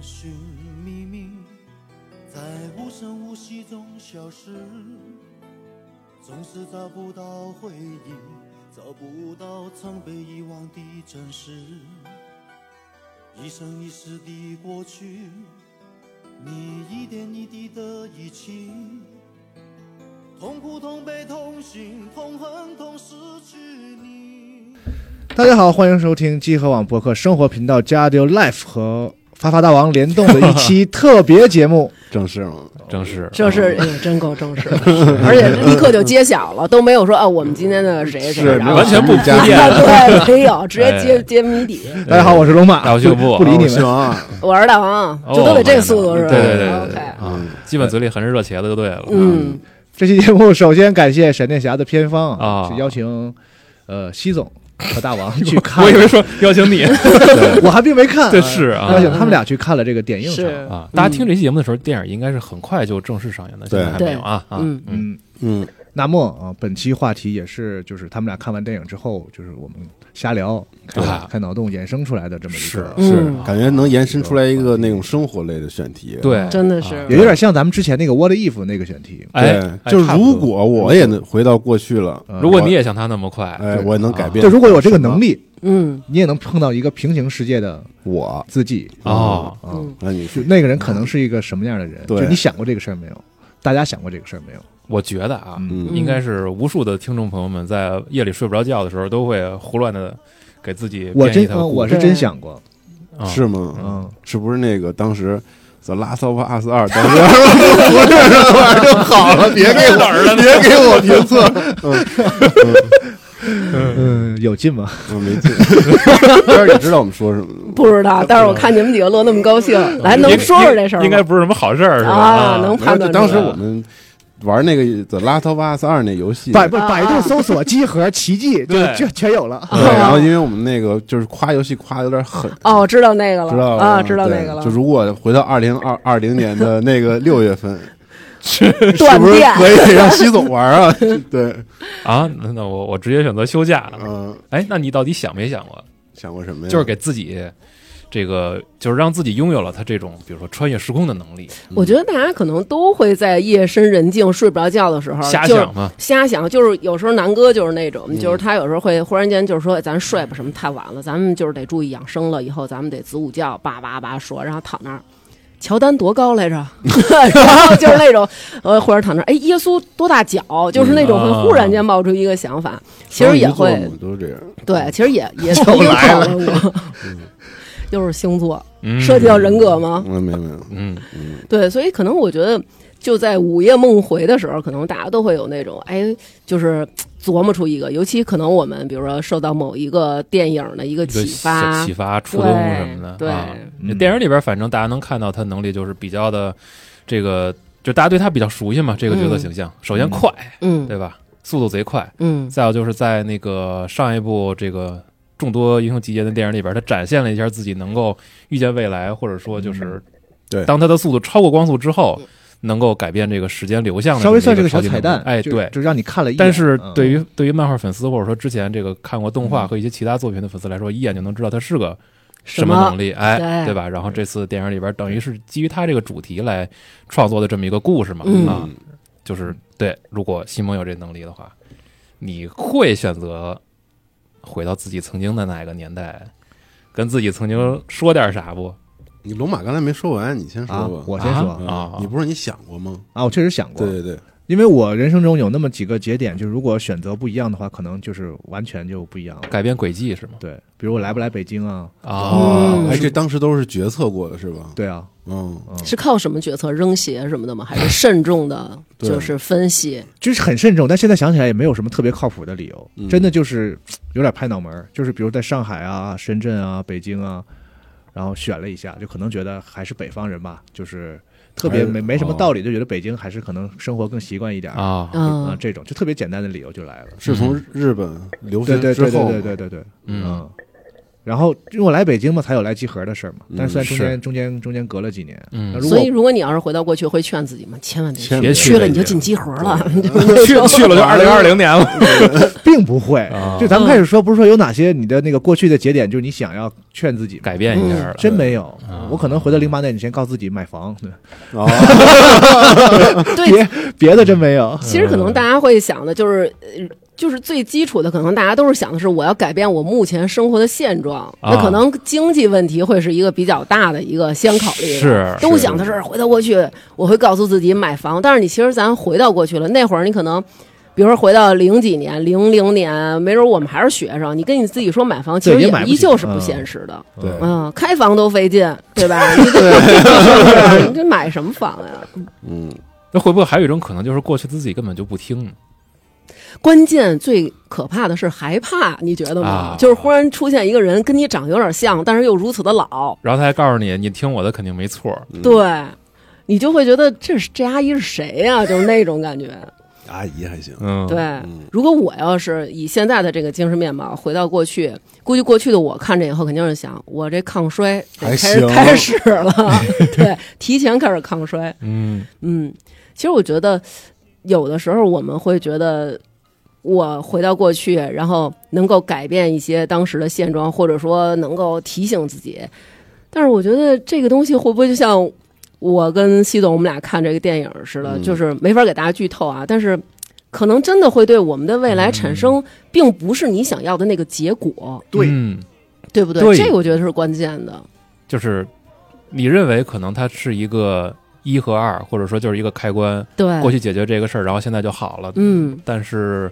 寻觅觅，在无声无息中消失，总是找不到回忆，找不到曾被遗忘的真实。一生一世的过去，你一点一滴的遗弃，痛苦、痛悲、痛心、痛恨、痛失去你。大家好，欢迎收听集合网博客生活频道《加丢 Life》和发发大王联动的一期特别节 目。正式吗？正是这是哎呦真够正式 的，而且立刻就揭晓了，都没有说啊，我们今天的谁谁谁，然后完全不铺加垫。啊 对，没有，直接揭哎揭谜底。大家好，我是龙马，大王俱乐部不不理你行们。啊，我是大王，哦就都得这个速度是吧？对对对对对 OK，啊，基本嘴里含着热茄子就对了。嗯，这期节目首先感谢闪电侠的片方啊是邀请呃西总和大王去看， 我以 为说邀请 你我还并没看，对是啊邀请他们俩去看了这个点映场。是，啊。大家听这期节目的时候，电影应该是很快就正式上映的，现对在还没有啊啊。嗯嗯，嗯，嗯，那么啊，本期话题也是就是他们俩看完电影之后，就是我们瞎聊、开啊开脑洞衍生出来的这么一个是是嗯，感觉能延伸出来一个那种生活类的选题。对，真的啊是也有点像咱们之前那个 What if 那个选题，哎，哎就是差不多如果我也能回到过去了，嗯如果你也像他那么快，哎，我也能改啊变。就如果有这个能，力，嗯你也能碰到一个平行世界的我，自己哦啊、嗯，那你就是那个人可能是一个什么样的人？对就你想过这个事儿没有？大家想过这个事儿没有？我觉得啊，嗯应该是无数的听众朋友们在夜里睡不着觉的时候，都会胡乱的给自己我编真一嗯套故我事是真想过，啊是吗？嗯，是不是那个当时？The Last of Us 二，当时不是那玩意儿就好了，哎别给我，别哎给我评测， 嗯，有劲吗？我没劲。但是你知道我们说什么吗？不知道，但是我看你们几个乐那么高兴，来能嗯应说说这事儿吗？应该不是什么好事儿，是吧？啊，能然后判就断当出时来我们玩那个 The Last of Us 二那游戏， 百不百度搜索集合奇迹 就对就全有了。对，然后因为我们那个就是夸游戏夸的有点狠，哦，我知道那个了，知道吧啊，知道那对个了就，如果回到二零二二零年的那个六月份，是 断不是电可以让西总玩啊？ 对，啊，那那我我直接选择休假。嗯、哎，那你到底想没想过，想过什么呀？嗯就是给自己这个，就是让自己拥有了他这种，比如说穿越时空的能力，我觉得大家可能都会在夜深人静、睡不着觉的时候，瞎啊就是想嘛瞎想，就是有时候南哥就是那种，就是他有时候会忽然间就是说，咱睡吧，什么太晚了，咱们就是得注意养生了，以后咱们得子午觉，叭叭叭说，然后躺那儿。乔丹多高来着？然后就是那种， 呃，或者躺那儿，哎，耶稣多大脚？就是那种会忽然间冒出一个想法，其实也会双鱼座嘛都是这样。对，其实也也曾经考虑过， 就是星座嗯涉及到人格吗？嗯，没有没有，嗯，对，所以可能我觉得，就在午夜梦回的时候，可能大家都会有那种，哎，就是琢磨出一个，尤其可能我们比如说受到某一个电影的一个一个启发，启发、触动什么的。对啊对电影里边反正大家能看到他能力就是比较的这个，就大家对他比较熟悉嘛，这个角色形象。首先快，嗯对吧？速度贼快。嗯再有就是在那个上一部这个众多英雄集结的电影里边，他展现了一下自己能够预见未来，或者说就是嗯对当他的速度超过光速之后，能够改变这个时间流向的稍微算这是么个小一超级彩能力蛋，哎，就对。就让你看了一眼。但是嗯对于对于漫画粉丝，或者说之前这个看过动画和一些其他作品的粉丝来说，一眼就能知道他是个什么能力，哎，对对吧？然后这次电影里边等于是基于他这个主题来创作的这么一个故事嘛，嗯啊，就是对，如果西蒙有这能力的话，你会选择回到自己曾经的那一个年代，跟自己曾经说点啥不？你嗯龙马刚才没说完，你先说啊吧。，我先说嗯啊你不是说你想过吗？啊啊，我确实想过对，对对，因为我人生中有那么几个节点，就如果选择不一样的话，可能就是完全就不一样了。改变轨迹是吗？对，比如我来不来北京啊？啊，嗯哎，这当时都是决策过的是吧？对啊，嗯，是靠什么决策？扔鞋什么的吗？还是慎重的，对就是分析？就是很慎重，但现在想起来也没有什么特别靠谱的理由，嗯真的就是嘖有点拍脑门儿。就是比如在上海啊、深圳啊、北京啊，然后选了一下，就可能觉得还是北方人吧，就是特别还是没没什么哦道理，就觉得北京还是可能生活更习惯一点儿啊，啊、嗯，这种就特别简单的理由就来了。是从日本留对学对之对对后对对对对，嗯，然后因为我来北京嘛，才有来集合的事儿嘛。但是虽然中嗯是间中间中间隔了几年，嗯那如果所以，如果你要是回到过去，会劝自己吗？千万别千万去，别去了去你就进集合了。嗯去去了就二零二零年了，并不会啊。就咱们开始说，不是说有哪些你的那个过去的节点，就是你想要劝自己改变一下了，真没有啊，嗯我可能回到零八年以前，告诉自己买房，对啊，对，别的真没有。嗯其实可能大家会想的就是。呃就是最基础的，可能大家都是想的是我要改变我目前生活的现状，啊那可能经济问题会是一个比较大的一个先考虑的。是都想的是回到过去，我会告诉自己买房，但是你其实咱回到过去了，那会儿你可能，比如说回到零几年、零零年，没准我们还是学生，你跟你自己说买房，其对实也也买不起依旧是不嗯现实的。对，嗯，开房都费劲，对吧？你这你这买什么房呀？嗯，那会不会还有一种可能，就是过去自己根本就不听呢？关键最可怕的是害怕，你觉得吗？啊就是忽然出现一个人跟你长得有点像，但是又如此的老，然后他还告诉你，你听我的肯定没错嗯儿。对你就会觉得这是这阿姨是谁呀、就是那种感觉。阿姨还行，嗯，对，如果我要是以现在的这个精神面貌回到过去，估计过去的我看着以后肯定是想，我这抗衰得还开始行开始了，对，提前开始抗衰。嗯，嗯，其实我觉得有的时候我们会觉得，我回到过去，然后能够改变一些当时的现状，或者说能够提醒自己。但是我觉得这个东西会不会就像我跟西总我们俩看这个电影似的，嗯就是没法给大家剧透啊，但是。可能真的会对我们的未来产生，并不是你想要的那个结果，对嗯对不对？对这个我觉得是关键的。就是你认为可能它是一个一和二，或者说就是一个开关，嗯对，过去解决这个事儿，然后现在就好了。嗯，但是，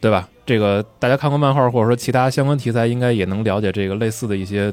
对吧？这个大家看过漫画，或者说其他相关题材，应该也能了解这个类似的一些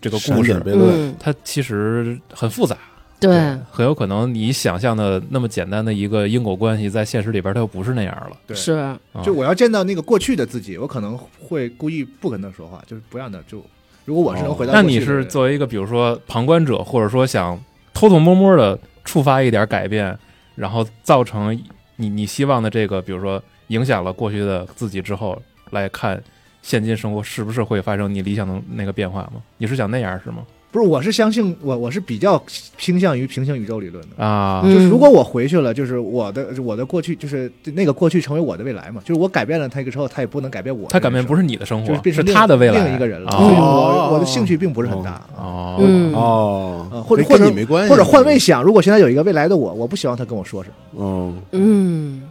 这个闪故点事。悖论，嗯，它其实很复杂，对，很有可能你想象的那么简单的一个因果关系，在现实里边它又不是那样了。 对是，哦啊就我要见到那个过去的自己，我可能会故意不跟他说话，就是不让他就。如果我是能回到哦那过去你的人是作为一个比如说旁观者，或者说想偷偷摸摸的触发一点改变，然后造成你你希望的这个，比如说影响了过去的自己之后，来看现今生活是不是会发生你理想的那个变化吗？你是想那样是吗？不是？我是相信我，我是比较倾向于平行宇宙理论的。啊，嗯就是如果我回去了，就是我的我的过去，就是那个过去成为我的未来嘛。就是我改变了他一个之后，他也不能改变我。他改变不是，是你的生就活是，变成另他的未来另一个人了。嗯所以哦我哦我的兴趣并不是很大。哦，嗯哦呃，或者这跟或者你没关系，或者换位，想，如果现在有一个未来的我，我不希望他跟我说什么。嗯，嗯，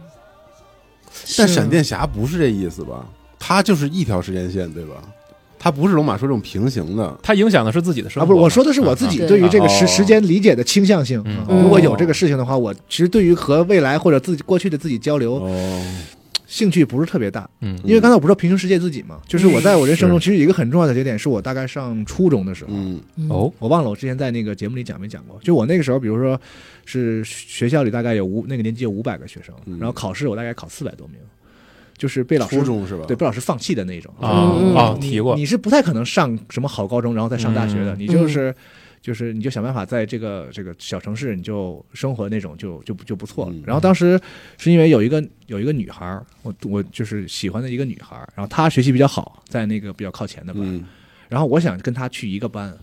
但是闪电侠不是这意思吧？他就是一条时间线，对吧？他不是龙马说这种平行的，他影响的是自己的生啊，活不是，嘛我说的是我自己嗯对于这个哦时时间理解的倾向性。嗯嗯如果有这个事情的话，我其实对于和未来或者自己过去的自己交流哦，兴趣不是特别大，嗯因为刚才我不是说平行世界自己嘛，就是我在我人生中是其实有一个很重要的节点，是我大概上初中的时候。嗯哦我忘了我之前在那个节目里讲没讲过，就我那个时候，比如说是学校里大概有五那个年级有五百个学生，嗯然后考试我大概考四百多名，就是被老师初中是吧？对被老师放弃的那一种啊嗯哦你提过你是不太可能上什么好高中，然后再上大学的，嗯你就是。就是你就想办法在这个这个小城市，你就生活那种就就就不错了嗯。然后当时是因为有一个有一个女孩儿，我我就是喜欢的一个女孩儿，然后她学习比较好，在那个比较靠前的班，嗯，然后我想跟她去一个班，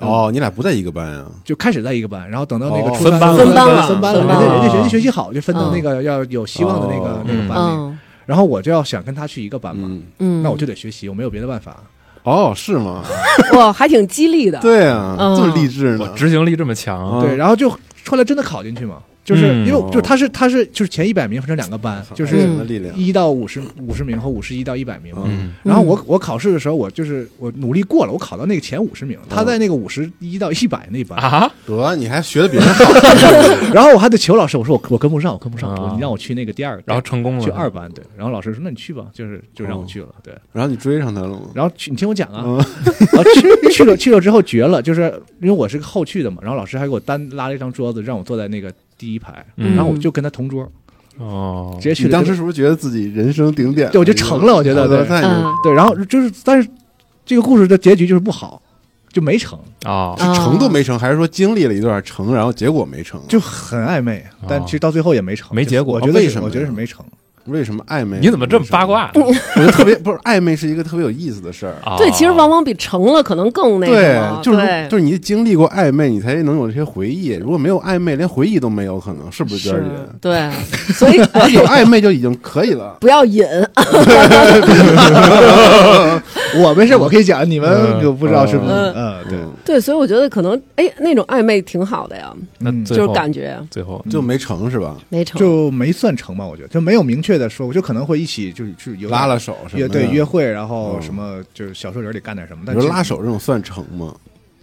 嗯哦，你俩不在一个班啊？就开始在一个班，然后等到那个哦初三分班了分班了分班了，分人班了家人家人家学习好，就分到那个要有希望的那个哦那个班里。嗯然后我就要想跟他去一个班嘛，嗯，嗯，那我就得学习，我没有别的办法。哦，是吗？哇，还挺激励的。对啊，嗯这么励志我呢？执行力这么强，啊嗯对，然后就后来真的考进去嘛，就是嗯因为就是他是他是就是前一百名分成两个班，就哎是什么力量？一到五十五十名和五十一到一百名嘛。嗯然后我我考试的时候，我就是我努力过了，我考到那个前五十名，他在那个五十一到一百那班，啊，得，你还学的比人好，然后我还得求老师，我说我我跟不上，我跟不上，啊我你让我去那个第二，然后成嗯功了，去二班，对。然后老师说：“那你去吧。”就是就让我去了，对。然后你追上他了吗？然后去，你听我讲啊，嗯 然后去去了去了之后绝了，就是因为我是个后去的嘛，然后老师还给我单拉了一张桌子，让我坐在那个第一排，嗯然后我就跟他同桌，哦直，接去你了。当时是不是觉得自己人生顶点？对我就成了我觉得对太牛嗯，对，然后就是但是这个故事的结局就是不好，就没成，哦，啊是成都没成，还是说经历了一段成，然后结果没成？啊就很暧昧，但其实到最后也没成，没结果我觉得为什是么呀我觉得是没成，为什么暧昧？你怎么这么八卦？啊呢？我觉得特别不是暧昧是一个特别有意思的事儿。啊对，其实往往比成了可能更那哦对什么，，就是对就是你经历过暧昧，你才能有这些回忆。如果没有暧昧，连回忆都没有，可能是不是娟儿姐？对，所以 哎有暧昧就已经可以了。不要引，我没事，我可以讲，你们嗯就不知道是不是？嗯嗯，对，嗯，对，所以我觉得可能哎，那种暧昧挺好的呀，那嗯就最是后感觉最后哦就没成是吧？没成，就没算成吧，我觉得就没有明确的说，我就可能会一起就是去有拉拉手什么约的，对约会，然后嗯什么就是小树林里干点什么，你但说是拉手这种算成吗？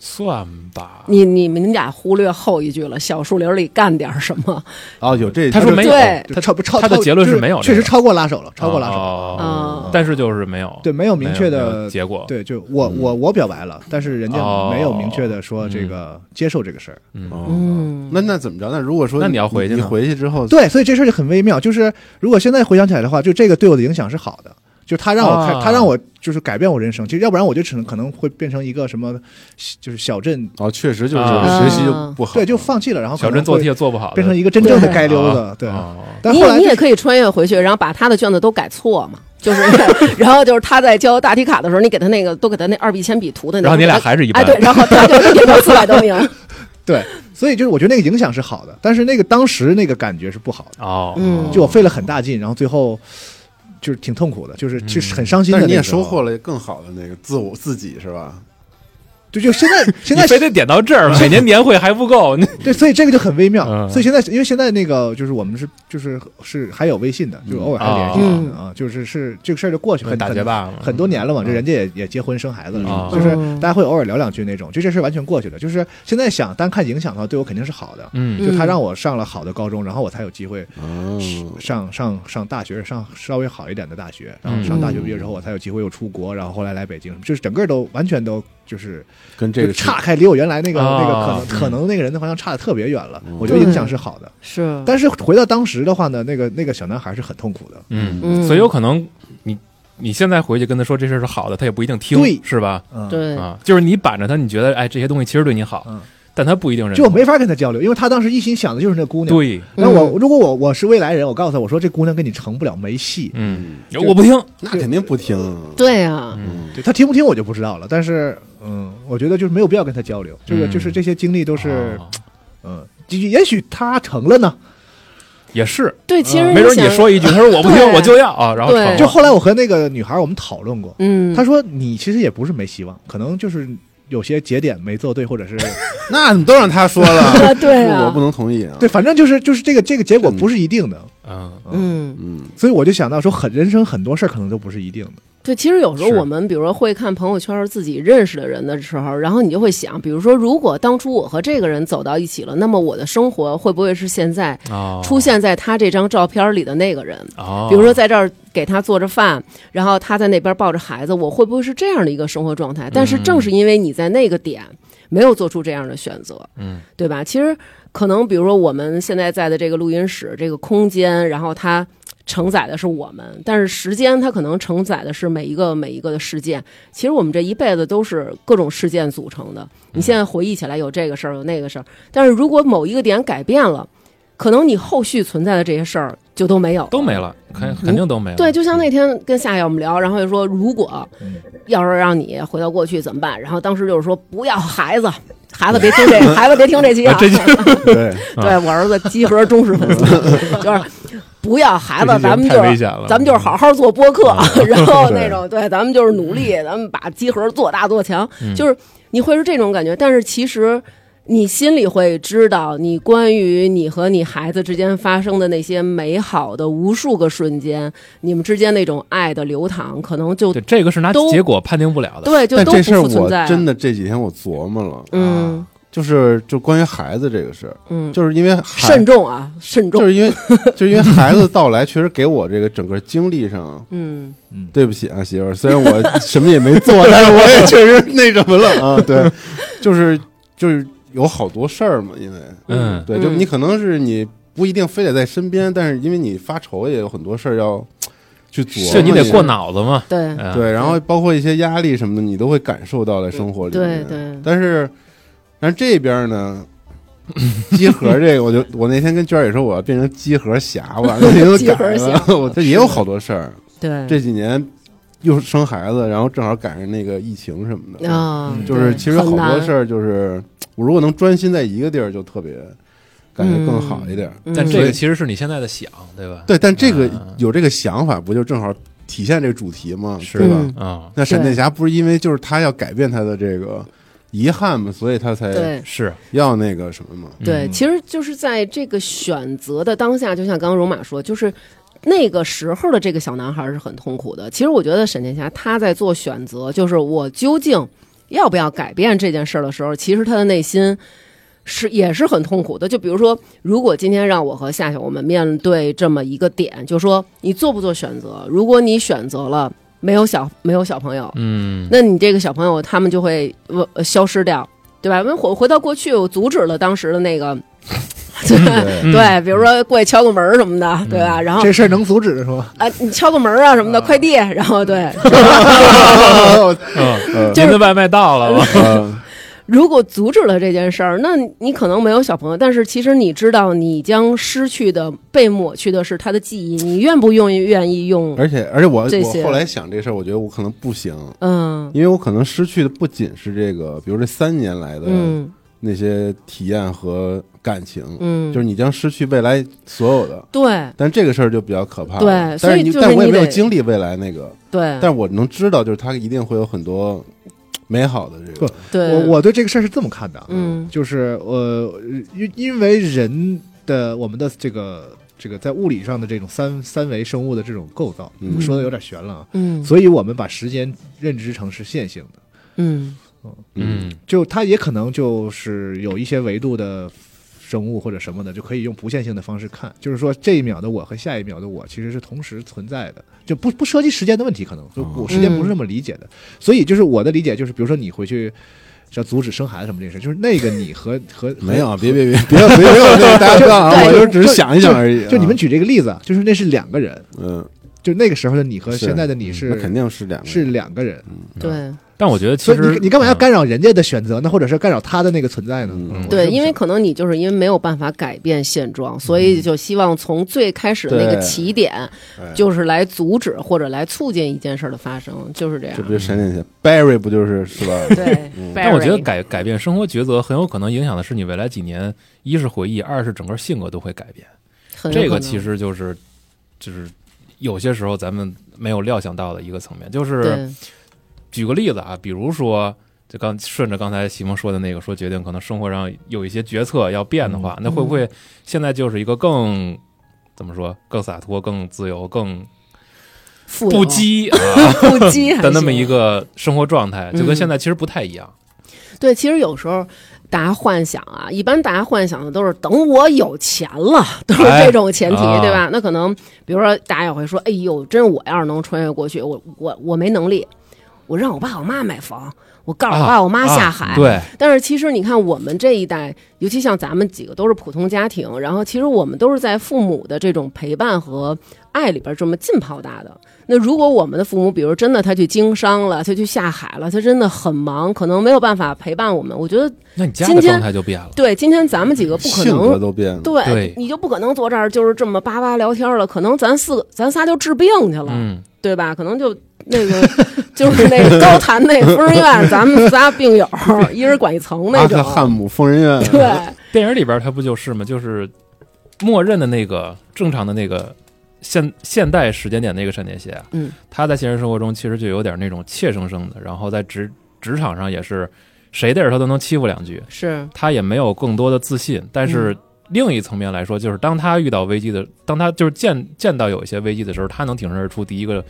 算吧。你你们俩忽略后一句了，小树林里干点什么？哦，有这他说没有对，就超不超他的超结论是就是没有确这实个超过拉手了，超过拉手了，手哦但是就是没有对，没有明确没有的结果。，对，就我我我表白了，但是人家嗯哦嗯没有明确的说这个接受这个事儿，嗯，哦那那怎么着？那如果说那你要回去呢你回去之后，对，所以这事儿就很微妙，就是如果现在回想起来的话，就这个对我的影响是好的。就是他让我看，啊他让我就是改变我人生，其实要不然我就只能可能会变成一个什么，就是小镇，哦，确实就是啊学习就不好，对，就放弃了，然后可小能镇做会题也做不好的，变成一个真正的对街溜子，对。哦但你后来也你就是也可以穿越回去，然后把他的卷子都改错嘛， 就是，然后就是他在交大题卡的时候，你给他那个都给他那二 B 铅笔涂的那个，然后你俩还是一般哎对， 然后他就也能四百多名，对，所以就是我觉得那个影响是好的，但是那个当时那个感觉是不好的，哦，嗯就我费了很大劲，然后最后就是挺痛苦的，就是嗯其实很伤心但的那是个你时候。也收获了更好的那个自我自己是吧？对，就现 在现你在非得点到 这儿，每年年会还不够，你对，所以这个就很微妙。嗯所以现在因为现在那个就是我们是就是是还有微信的，就是偶尔还联系嗯的啊，就是是这个事儿就过去，很哦嗯打很结吧嘛很多年了嘛，这人家也也结婚生孩子了，嗯就是嗯大家会偶尔聊两句那种，就这事儿完全过去了。就是现在想单看影响的话，对我肯定是好的。嗯就他让我上了好的高中，然后我才有机会嗯，上上上大学，上稍微好一点的大学，然后上大学毕业嗯之后，我才有机会又出国，然后后来来北京，就是整个都完全都就是跟这个就岔开，离我原来那个、那个可啊嗯能可能那个人的方向差的特别远了。我觉得影响是好的，是，但是回到当时的话呢，那个那个小男孩是很痛苦的。嗯嗯，所以有可能你你现在回去跟他说这事儿是好的，他也不一定听，对是吧？嗯，，对，啊，就是你板着他，你觉得哎这些东西其实对你好嗯，但他不一定认就我同。没法跟他交流，因为他当时一心想的就是那姑娘。对，嗯那我如果我我是未来人，我告诉他我说这姑娘跟你成不了，没戏。嗯，我不听，那肯定不听。嗯对啊呀，嗯对他听不听我就不知道了，但是嗯，我觉得就是没有必要跟他交流，就是、嗯就是这些经历都是哦嗯，也也许他成了呢。也是，对，其实嗯没准想你说一句，他说我不听，对我就要啊，然后对成了就后来我和那个女孩我们讨论过，哎嗯，她说你其实也不是没希望，可能就是有些节点没做对，或者 是 那你都让他说啊了，对啊我不能同意啊。对，反正就是就是这个这个结果不是一定的，嗯，嗯。嗯，所以我就想到说，很人生很多事儿可能都不是一定的。对，其实有时候是我们比如说会看朋友圈自己认识的人的时候，然后你就会想，比如说如果当初我和这个人走到一起了，那么我的生活会不会是现在哦出现在他这张照片里的那个人？哦，比如说在这儿给他做着饭，然后他在那边抱着孩子，我会不会是这样的一个生活状态？嗯但是正是因为你在那个点没有做出这样的选择，嗯，对吧？其实可能比如说我们现在在的这个录音室这个空间，然后它。承载的是我们，但是时间它可能承载的是每一个每一个的事件。其实我们这一辈子都是各种事件组成的。你现在回忆起来有这个事儿，有那个事儿，但是如果某一个点改变了，可能你后续存在的这些事儿就都没有了都没了，肯肯定都没了，嗯对，就像那天跟夏夏我们聊，然后就说，如果要是让你回到过去怎么办？然后当时就是说，不要孩子，孩子别听这，孩子别听这期啊。啊这就 对，啊对我儿子集合忠实粉 丝，就是不要孩子这，期节目咱们太就危是险了啊咱们就是好好做播客， 然后那种对，咱们就是努力，咱们把集合做大做强，嗯就是你会是这种感觉，但是其实。你心里会知道，你关于你和你孩子之间发生的那些美好的无数个瞬间，你们之间那种爱的流淌，可能就对这个是拿都结果判定不了的，对，就但都这不事儿复存我在。啊真，的这几天我琢磨了，嗯就是就关于孩子这个事儿，嗯，就是因为孩慎重啊，慎就重。是因为 就是因为孩子的到来，确实给我这个整个经历上，嗯，对不起啊，媳妇儿，虽然我什么也没做，但是我也确实那什么了 啊，对，就是就是有好多事儿嘛，因为嗯对，就嗯你可能是你不一定非得在身边，但是因为你发愁也有很多事儿要去琢磨，就你得过脑子嘛，对，嗯，对，然后包括一些压力什么的，你都会感受到在生活里面。对对但是，但是这边呢，鸡盒这个，我就我那天跟娟儿也说，我要变成鸡盒侠， 我把那名字鸡盒改了。侠我这也有好多事儿，对，这几年又生孩子，然后正好赶上那个疫情什么的，啊，嗯就是对其实好很多难事儿，就是我如果能专心在一个地儿，就特别感觉更好一点儿。嗯但这个其实是你现在的想，对吧？对，但这个嗯有这个想法，不就正好体现这个主题吗？是对吧？嗯啊，那闪电侠不是因为就是他要改变他的这个遗憾嘛，所以他才对。 是要那个什么嘛？对，嗯其实就是在这个选择的当下，就像刚刚戎马说，就是那个时候的这个小男孩是很痛苦的。其实我觉得沈殿霞她在做选择，就是我究竟要不要改变这件事儿的时候，其实她的内心是也是很痛苦的。就比如说，如果今天让我和夏夏我们面对这么一个点，就说你做不做选择？如果你选择了没有小没有小朋友，嗯，那你这个小朋友他们就会呃消失掉，对吧？因为回回到过去，我阻止了当时的那个， 对对对，比如说过去敲个门儿什么的，对吧？然后这事儿能阻止是吧？啊，你敲个门儿啊什么的，快递，然后对，呃 嗯，就是您的外卖到了吗？嗯如果阻止了这件事儿，那你可能没有小朋友，但是其实你知道，你将失去的、被抹去的是他的记忆，你愿不愿意愿意用？而且而且我这我些后来想这事儿，我觉得我可能不行，嗯因为我可能失去的不仅是这个，比如这三年来的嗯那些体验和感情，嗯，就是你将失去未来所有的。对但这个事儿就比较可怕了，对但所以你就是但我也你没有得嗯经历未来那个，对但我能知道，就是他一定会有很多美好的这个不，对，我我对这个事儿是这么看的啊，嗯就是呃，因因为人的我们的这个这个在物理上的这种三三维生物的这种构造，嗯说的有点悬了啊，嗯所以我们把时间认知成是线性的，嗯嗯就它也可能就是有一些维度的生物或者什么的，就可以用不线性的方式看，就是说这一秒的我和下一秒的我其实是同时存在的，就不不涉及时间的问题，可能哦就我时间不是那么理解的，所以就是我的理解就是，比如说你回去。要阻止生孩子什么这事，就是那个你和和没有，和别别别别别别有这个搭档啊！对我就只是想一想而已啊。就你们举这个例子啊，就是那是两个人，嗯，就那个时候的你和是现在的你是嗯那肯定是两个人嗯是两个人，对。但我觉得其所以实你你干嘛要嗯干扰人家的选择呢？或者是干扰他的那个存在呢？嗯嗯对，我因为是可能你就是因为没有办法改变现状，所以就希望从最开始的那个对起点，哎就是来阻止或者来促进一件事儿的发生，就是这这样不。就闪电侠 Barry 不就是是吧？ 嗯对，但我觉得 Barry 改改变生活抉择很有可能影响的是你未来几年，一是回忆，二是整个性格都会改变。很有这可个能其实就是就是有些时候咱们没有料想到的一个层面。就是对，举个例子啊，比如说。就刚顺着刚才席梦说的那个，说决定可能生活上有一些决策要变的话，嗯那会不会现在就是一个更怎么说更洒脱、更自由、更富有不羁啊 不 羁还的那么行一个生活状态，就跟嗯现在其实不太一样。对，其实有时候大家幻想啊，一般大家幻想的都是等我有钱了，都是哎这种前提，啊对吧？那可能比如说大家也会说，哎呦，真我要是能穿越过去，我我我没能力，我让我爸我妈买房，我告诉我啊爸我妈下啊海，对，但是其实你看，我们这一代，尤其像咱们几个都是普通家庭，然后其实我们都是在父母的这种陪伴和爱里边这么浸泡大的。那如果我们的父母，比如真的他去经商了，他去下海了，他真的很忙，可能没有办法陪伴我们。我觉得，那你家今的天状态就变了。对，今天咱们几个不可性格能。都变了。对对你就不可能坐这儿就是这么叭叭聊天了，可能咱四个咱仨就治病去了，嗯，对吧？可能就 那个就是那个高谈那疯人院，咱们仨病友，一人管一层那阿种。特汉姆疯人院，对，电影里边它不就是嘛，就是默认的那个正常的那个现现代时间点那个闪电侠、嗯，他在现实生活中其实就有点那种怯生生的，然后在职职场上也是谁对着他都能欺负两句，是，他也没有更多的自信。但是另一层面来说，就是当他遇到危机的，当他就是见见到有一些危机的时候，他能挺身而出，第一个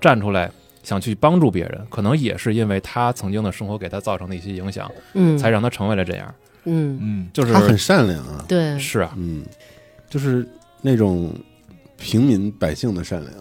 站出来。想去帮助别人，可能也是因为他曾经的生活给他造成的一些影响，嗯，才让他成为了这样。嗯，嗯，就是他很善良啊，对，是啊，嗯，就是那种平民百姓的善良，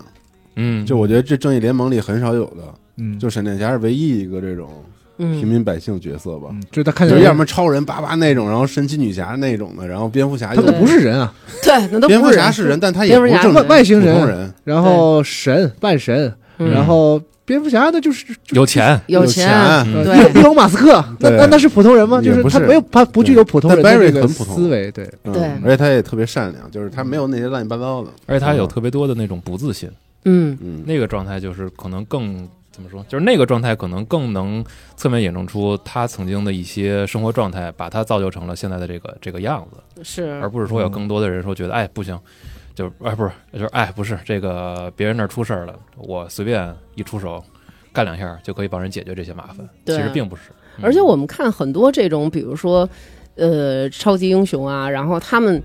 嗯，就我觉得这正义联盟里很少有的，嗯，就闪电侠是唯一一个这种平嗯，民百姓角色吧。嗯，就他看就起是来要么超人叭叭那种，然后神奇女侠那种的，然后蝙蝠侠他都有不是人啊，对，那都蝙不蝠是侠人是人，但他也蝙不蝠是侠正是外外星普通人，人，然后神半神，嗯然后蝙蝠侠那就是就有钱，有钱，呃对伊伊隆马斯克，那对那那是普通人吗？也就是不他是没有他不具有普通人的但 Barry 这个很普通思维，对，嗯对而且他也特别善良，就是他没有那些乱七八糟的，而且他有嗯特别多的那种不自信，嗯，嗯，那个状态就是可能更怎么说，就是那个状态可能更能侧面演证出他曾经的一些生活状态，把他造就成了现在的这个这个样子，是而不是说有更多的人说觉得哎不行，就是哎不是就是哎不是这个别人那儿出事儿了，我随便一出手干两下就可以帮人解决这些麻烦，其对实并不是。嗯而且我们看很多这种，比如说，呃，超级英雄啊，然后他们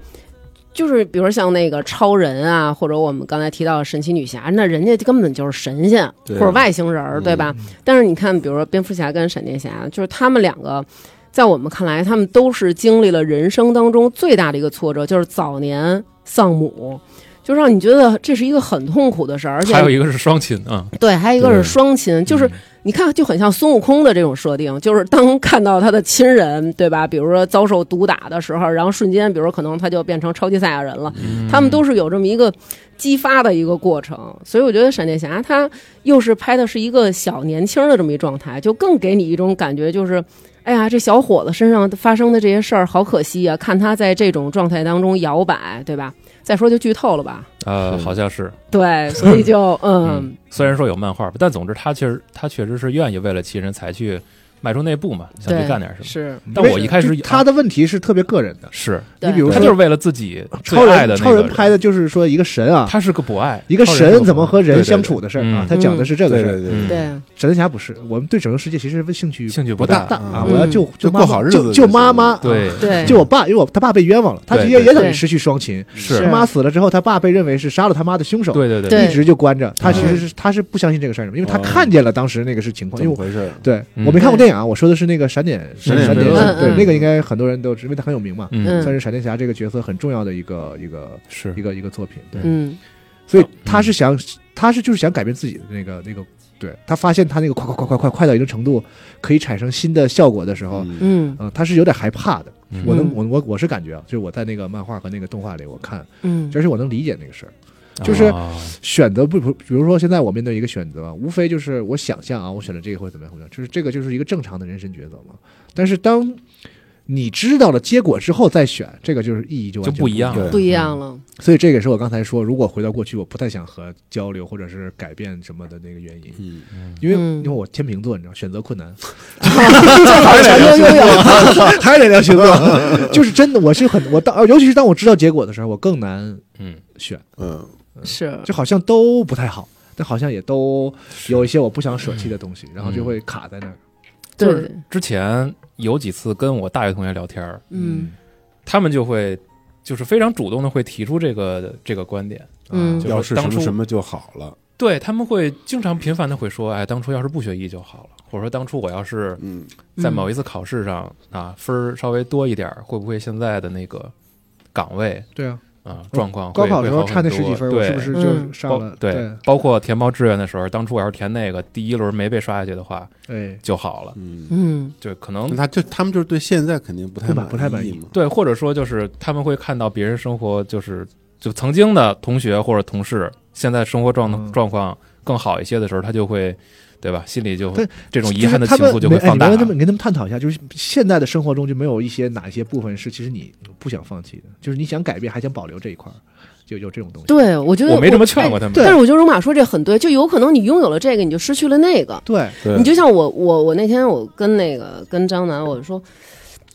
就是，比如说像那个超人啊，或者我们刚才提到的神奇女侠，那人家根本就是神仙对或者外星人儿，对嗯吧？但是你看，比如说蝙蝠侠跟闪电侠，就是他们两个。在我们看来，他们都是经历了人生当中最大的一个挫折，就是早年丧母，就让你觉得这是一个很痛苦的事儿，而且还有一个是双亲啊，对，还有一个是对双亲，嗯就是你看就很像孙悟空的这种设定， 就是当看到他的亲人，对吧？比如说遭受毒打的时候，然后瞬间，比如说可能他就变成超级赛亚人了。嗯他们都是有这么一个激发的一个过程，所以我觉得闪电侠他又是拍的是一个小年轻的这么一状态，就更给你一种感觉，就是哎呀，这小伙子身上发生的这些事儿好可惜啊！看他在这种状态当中摇摆，对吧？再说就剧透了吧？呃是好像是，对，所以就嗯嗯，虽然说有漫画吧，但总之他确实他确实是愿意为了其人才去迈出那步嘛，想对，去干点什么。是，但我一开嗯始啊就他的问题是特别个人的，是对你比如他说就是为了自己超最爱的人，那超个人拍的就是说一个神啊，他是个博爱，一个超人是神个怎么和对人对相对处的事儿啊嗯，他讲的是这对个事对儿。对嗯对，对。神侠不是，我们对整个世界其实兴趣兴趣不不大大，啊，嗯我要救就妈过妈好日子救就救行妈妈，对啊 对救我爸，因为我他爸被冤枉了，他对其实对也等对于失去双亲，是他妈死了之后，他爸被认为是杀了他妈的凶手，对对对一直就关着。他其嗯实是他是不相信这个事儿的，因为他哦看见了当时那个是情况，怎因为么我回事？对嗯我没看过电影啊，我说的是那个闪点闪点点点侠嗯，对嗯那个应该很多人都知，因为他很有名嘛，嗯嗯算是闪电侠这个角色很重要的一个一个是一个一个作品，对，嗯，所以他是想他是就是想改变自己的那个那个。对他发现他那个快快快快快快到一定程度，可以产生新的效果的时候，嗯嗯嗯，他是有点害怕的。嗯我能嗯我我我是感觉啊，就是我在那个漫画和那个动画里，我看，嗯，就是我能理解那个事儿。就是啊选择不不，比如说现在我面对一个选择，啊无非就是我想象啊，我选择这个会怎么样怎么样，就是这个就是一个正常的人生抉择嘛。但是当你知道了结果之后再选，这个就是意义就完就全不一一嗯样了，不一样嗯了。所以这个是我刚才说，如果回到过去，我不太想和交流或者是改变什么的那个原因，嗯，因为、因嗯为我天秤座，你知道选择困 难，好像又又有， 还得聊星座，就是真的，我是很我当，尤其是当我知道结果的时候，我更难嗯，选，嗯，是就好像都不太好，但好像也都有一些我不想舍弃的东西，然后就会卡在那儿。就对是，之前有几次跟我大学同学聊天儿，嗯他们就会就是非常主动的会提出这个这个观点，啊嗯就要是什当初么什么就好了，对他们会经常频繁的会说，哎，当初要是不学医就好了，或者说当初我要是嗯，在某一次考试上啊分儿稍微多一点儿，会不会现在的那个岗位对啊，啊状况会高考的会时候好很差那十几多分，对嗯我是不是就上了？对，包括填报志愿的时候，当初我要是填那个第一轮没被刷下去的话哎，就好了，嗯，嗯就可那能他就他们就是对现在肯定不太不满不太满意意嘛，对，或者说就是他们会看到别人生活，就是就曾经的同学或者同事，现在生活状、嗯状况更好一些的时候，他就会对吧，心里就对这种遗憾的就情是他愫们就会放大哎你。跟他们你跟他们探讨一下，就是现在的生活中就没有一些哪一些部分是其实你不想放弃的，就是你想改变还想保留这一块儿，就有这种东西。对，我觉得我没这么劝过他们，但是我觉得荣马说这很对，就有可能你拥有了这个，你就失去了那个。对，对你就像我，我我那天我跟那个跟张楠我说，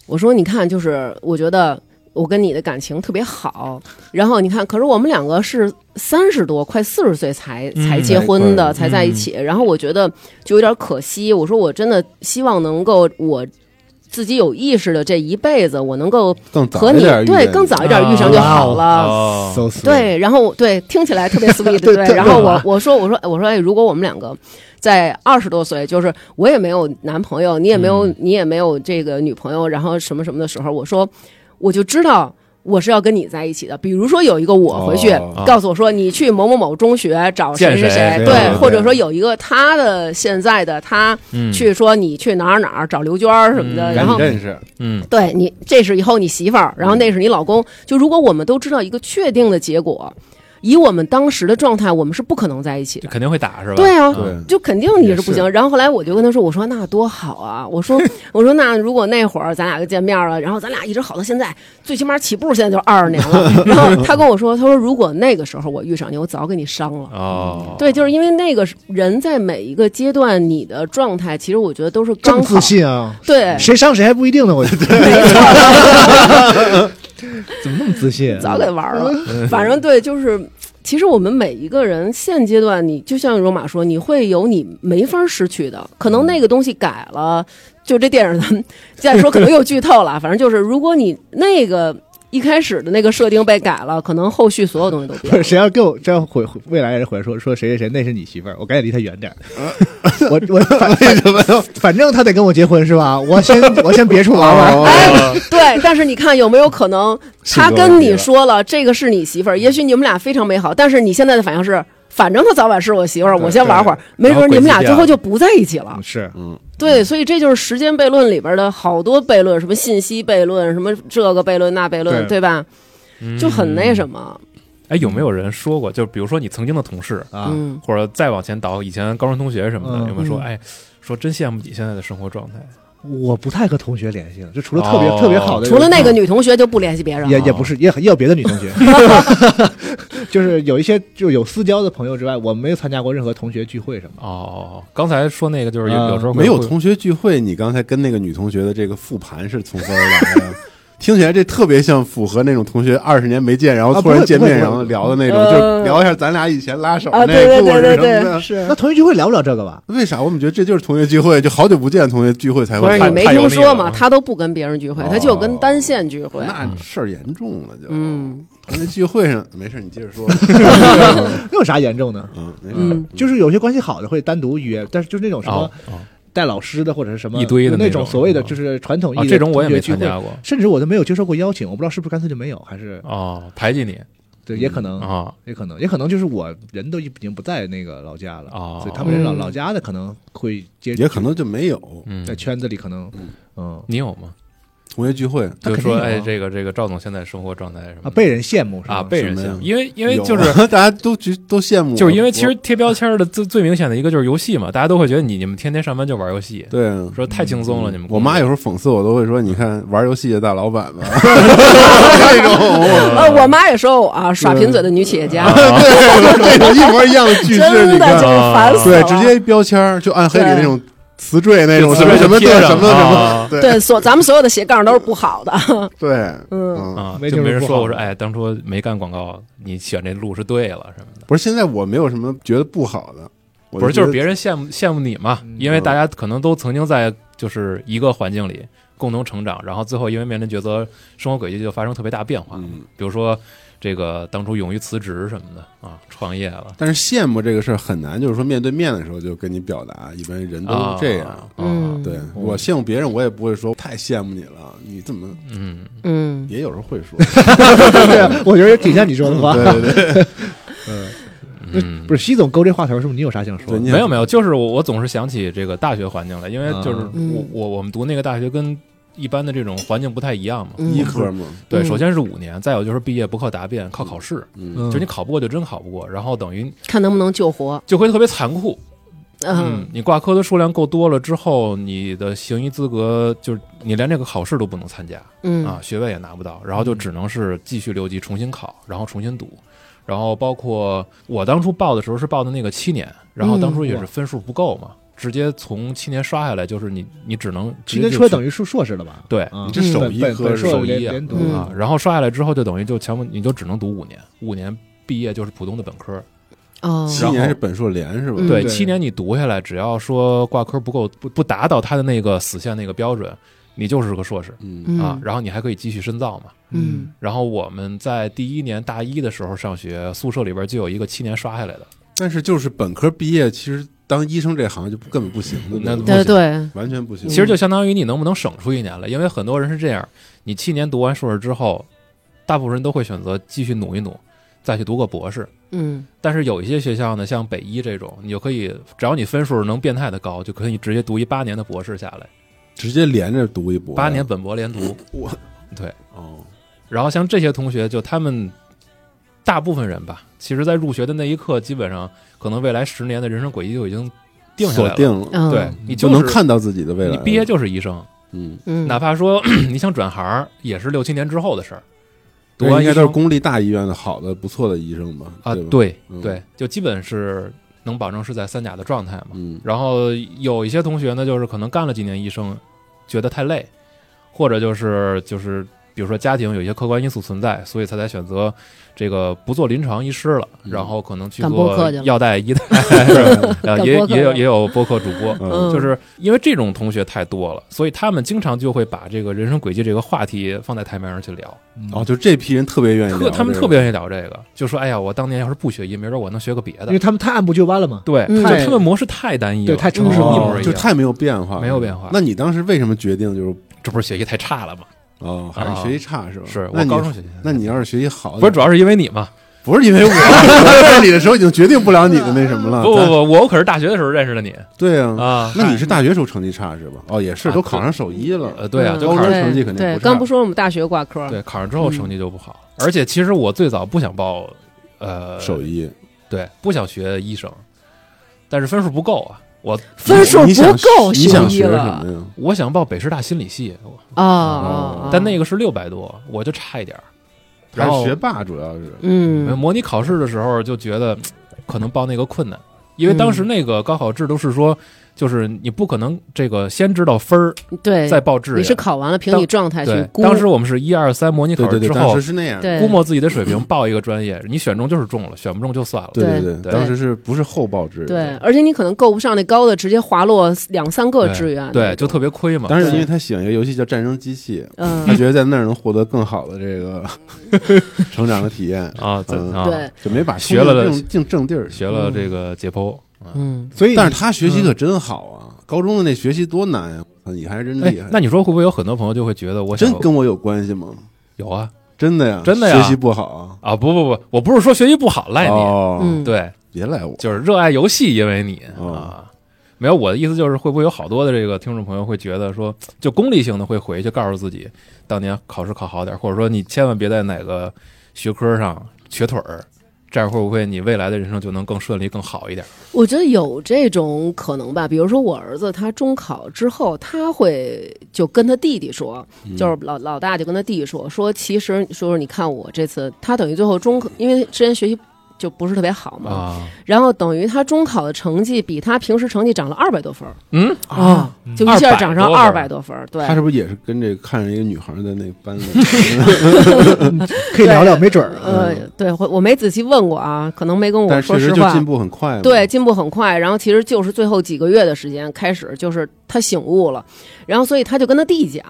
我说你看，就是我觉得我跟你的感情特别好，然后你看，可是我们两个是三十多，快四十岁才嗯才结婚的，才才在一块儿一起，嗯然后我觉得就有点可惜。我说我真的希望能够我。自己有意识的这一辈子，我能够更早和一你点遇见啊对更早一点遇上就好啊了。哦 so sweet 对，然后我对听起来特别 sweet，对对然后对我吧我说我说我说哎，如果我们两个在二十多岁，就是我也没有男朋友，你也没有、你也没有这个女朋友，然后什么什么的时候，我说我就知道。我是要跟你在一起的，比如说有一个我回去、哦告诉我说，你去某某某中学找谁见谁谁对，对对或者对说有一个他的现在的他、嗯去说你去哪儿哪儿找刘娟儿什么的，嗯然赶后紧认识，嗯，对你，这是以后你媳妇儿，然后那是你老公。就如果我们都知道一个确定的结果，以我们当时的状态，我们是不可能在一起的就。肯定会打是吧？对啊嗯对就肯定你是不也行。然后后来我就跟他说：“我说那多好啊！我说 我说那如果那会儿咱俩就见面了，然后咱俩一直好到现在，最起码起步现在就二十年了。”然后他跟我说：“他说如果那个时候我遇上你，我早给你伤了。”哦，对，就是因为那个人在每一个阶段，你的状态其实我觉得都是这刚么好自。信啊，对，谁伤谁还不一定呢，我觉得。 怎么那么自信？早给玩了。嗯反正对，就是其实我们每一个人现阶段，你就像罗马说，你会有你没法失去的，可能那个东西改了，就这电影咱们再说可能又剧透了，反 正就是如果你那个。一开始的那个设定被改了，可能后续所有东西都变不了是，。谁要跟我这样回未来人回来说说谁谁谁那是你媳妇儿，我赶紧离她远点儿。我我反反反正她得跟我结婚是吧？我先我先别处玩玩。啊哎，对，但是你看有没有可能，性格他跟问题你了说了这个是你媳妇嗯儿，也许你们俩非常美好，但是你现在的反应是，反正她早晚是我媳妇儿，我先玩会儿，没准你们然俩后轨迹最变后了就不在一起了。是，对，所以这就是时间悖论里边的好多悖论，什么信息悖论，什么这个悖论那悖论，对对吧？就很那什么，哎，有没有人说过？就比如说你曾经的同事，啊嗯，或者再往前倒，以前高中同学什么的，嗯有没有说？嗯哎，说真羡慕你现在的生活状态。我不太和同学联系了，就除了特别哦特别好的，啊除了那个女同学就不联系别人也了。也不是，也也有别的女同 学，就是有一些就有私交的朋友之外，我没有参加过任何同学聚会什么。哦，刚才说那个就是有啊有时候会没有同学聚会，你刚才跟那个女同学的这个复盘是从何而来的？ 听起来这特别像符合那种同学二十年没见，然后啊突然见面，然后聊的那种，就聊一下咱俩以前拉手呃啊，那对对故对事对什对么对，的。是 那。同学聚会聊不了这个吧？为啥？我们觉得这就是同学聚会，就好久不见，同学聚会才不会是太看。你没太油听腻说了吗？啊他都不跟别人聚会，他就跟单线聚会。那事儿严重了就。嗯，同学聚会上没事，你接着 说。那有啥严重呢？嗯，没事嗯就是有些关系好的会单独约，但是就是那种什么哦哦带老师的或者是什么一堆的那那种种所谓的就是传统意义哦，的这种我也同学没聚参会加过。甚至我都没有接受过邀请，我不知道是不是干脆就没有，还是哦，排挤你对，也可能，啊，也可能，也可能就是我人都已经不在那个老家了，哦所以他们人老嗯老家的可能会接，也可能就没有嗯在，圈子里可能，嗯你有吗？同学聚会，那肯就定说有啊哎，这个这个赵总现在生活状态什么啊，的被人羡慕是吧？啊 被人什么羡呀慕，因为因啊为就是有啊大家都觉都羡慕我，就是因为其我实贴标签的最最明显的一个就是游戏嘛，大家都会觉得你你们天天上班就玩游戏，对啊说太轻嗯松了，你们我妈有时有候讽刺我，都会说：“你看玩游戏的大老板吧， 那种呃，我妈也说我啊，耍贫嘴的女企业家，对，这啊种一模一样的句式，真你的就是看， 烦死啊对了。，直接标签儿，就暗黑里那种词缀那种什么什么对贴什么什么，么对所咱们所有的斜杠都是不好的。对，嗯嗯，啊，没就就是没人不说好我说了哎，当初没干广告，你选这路是对了什么的，不是现在我没有什么觉得不好的，我不是觉就得是别人羡慕羡慕你嘛，因为大家可能都曾经在就是一个环境里共同成长，然后最后因为面临抉择，生活轨迹就发生特别大变化，嗯比如说这个当初勇于辞职什么的啊，创业了，但是羡慕这个事儿很难，就是说面对面的时候就跟你表达，一般人都是这样啊。嗯，对我羡慕别人，我也不会说太羡慕你了，你怎么嗯，嗯，也有时候会 说，对，我觉得挺像你说的话。对对对，嗯不是西总勾这话头，是不是你有啥想说的？对你没有没有，就是我我总是想起这个大学环境来，因为就是我、嗯我我们读那个大学跟一般的这种环境不太一样嘛。嗯医科嘛，对，嗯首先是五年，再有就是毕业不靠答辩，靠考试，嗯，嗯就你考不过就真考不过，然后等于看能不能救活。就会特别残酷。嗯，，你挂科的数量够多了之后，你的行医资格就是你连这个考试都不能参加嗯啊，学位也拿不到，然后就只能是继续留级重新考，然后重新读。然后包括我当初报的时候是报的那个七年，然后当初也是分数不够嘛，直接从七年刷下来，就是你你只能七直接年就车去等于硕硕士了吧？对啊你这手艺本和本硕手连艺啊连读嗯啊，然后刷下来之后就等于就强迫你就只能读五年，五年毕业就是普通的本科，哦，七年是本硕连是吧？嗯对，对七年你读下来，只要说挂科不够不不达到他的那个死线那个标准，你就是个硕士嗯，嗯啊，然后你还可以继续深造嘛。嗯然后我们在第一年大一的时候上学，宿舍里边就有一个七年刷下来的，但是就是本科毕业，其实当医生这行就根本不行的，那对对，完全嗯不行。其实就相当于你能不能省出一年来，因为很多人是这样，你七年读完硕士之后，大部分人都会选择继续努一努，再去读个博士。嗯但是有一些学校呢，像北医这种，你就可以，只要你分数能变态的高，就可以直接读一八年的博士下来，直接连着读一博，八年本博连读。我对，哦，然后像这些同学，就他们大部分人吧，其实在入学的那一刻，基本上可能未来十年的人生轨迹就已经定下锁来了。定了，嗯对你就就能是，看到自己的未来你了。毕业就是医生，嗯，嗯，哪怕说你想转行儿，也是六七年之后的事儿。读那完应医该都是生公立大医院的好的、不错的医生吧？啊，吧，对嗯对，就基本是能保证是在三甲的状态嘛。嗯，然后有一些同学呢，就是可能干了几年医生，觉得太累，或者就是就是比如说家庭有一些客观因素存在，所以他才选择这个不做临床医师了，嗯然后可能去干播做客去了药代、医 代，呃，干也播客也去有了也有播客主播。嗯就是因为这种同学太多了，所以他们经常就会把这个人生轨迹这个话题放在台面上去聊，嗯哦，就这批人特别愿嗯意聊这特个，他们特别愿意聊这个，就说：“哎呀，我当年要是不学医，没准我能学个别因为的。他们太按部就班了嘛”，对，嗯就太他们模式太单一了，对，太城市哦化一了模一就样，太没有变化，没有变化那你当时为什么决定就是这不是学习太差了吗？哦，还是啊学习差是吧？是我那你高中学习差那你要是学习好，不是，主要是因为你嘛？不是因为我我在你的时候已经决定不了你的那什么了。不不咱不，我可是大学的时候认识的你对啊，啊。那你是大学时候成绩差是吧？哦，也是，啊都考上首医了。呃，对啊，嗯就高考中上对成绩肯定对不，差刚不说我们大学挂科，对考上之后成绩就不好，嗯而且其实我最早不想报呃首医对，不想学医生，但是分数不够啊。我分数你不想够你想学医学什了么呀？我想报北师大心理系，我啊啊！哦但那个个是六百多，我就差一点儿。然还后是学霸主要是嗯模拟考试的时候就觉得可能报那个困难，因为嗯当时那个高考制度是说，就是你不可能这个先知道分儿对，再报志你愿是。考完了凭你当状态去对，估，嗯当时我们是一二三模拟对考对试对，之当后时，是那样。对估摸自己的水平报一个专业，你选中就是中了，选不中就算了。对对对，对当时是不是后报制？对，，而且你可能够不上那高的，直接滑落两三个志愿，对，就特别亏嘛。当时对因为他喜欢一个游戏叫《战争机器》，嗯他，觉得在那儿能获得更好的这 个成长和体验，啊，在嗯啊对，就没把学了的正正正地儿学了这个解剖，嗯，所以但是他学习可真好啊，高中的那学习多难呀、啊！你还是真哎厉害，，那你说会不会有很多朋友就会觉得我想真跟我有关系吗？有啊真的呀，真的呀学习不好啊，啊不不不，我不是说学习不好赖你，哦，嗯，对，别赖我，就是热爱游戏，因为你哦啊。没有，我的意思就是，会不会有好多的这个听众朋友会觉得说，就功利性的会回去告诉自己，当年考试考好点儿，或者说你千万别在哪个学科上瘸腿儿，这样会不会你未来的人生就能更顺利、更好一点？我觉得有这种可能吧，比如说我儿子他中考之后，他会就跟他弟弟说，就是老老大就跟他弟弟说，说其实说说你看我这次，他等于最后中考，因为之前学习就不是特别好嘛，啊，然后等于他中考的成绩比他平时成绩涨了二百多分儿嗯，啊，就一下涨上二百200多分儿，对他，是不是也是跟这个看上一个女孩的那个班里？可以聊聊，没准儿啊呃，对，我我没仔细问过啊，可能没跟 我但是说确实实就话，进步很快嘛，对，，进步很快。然后其实就是最后几个月的时间开始，就是他醒悟了，然后所以他就跟他弟讲。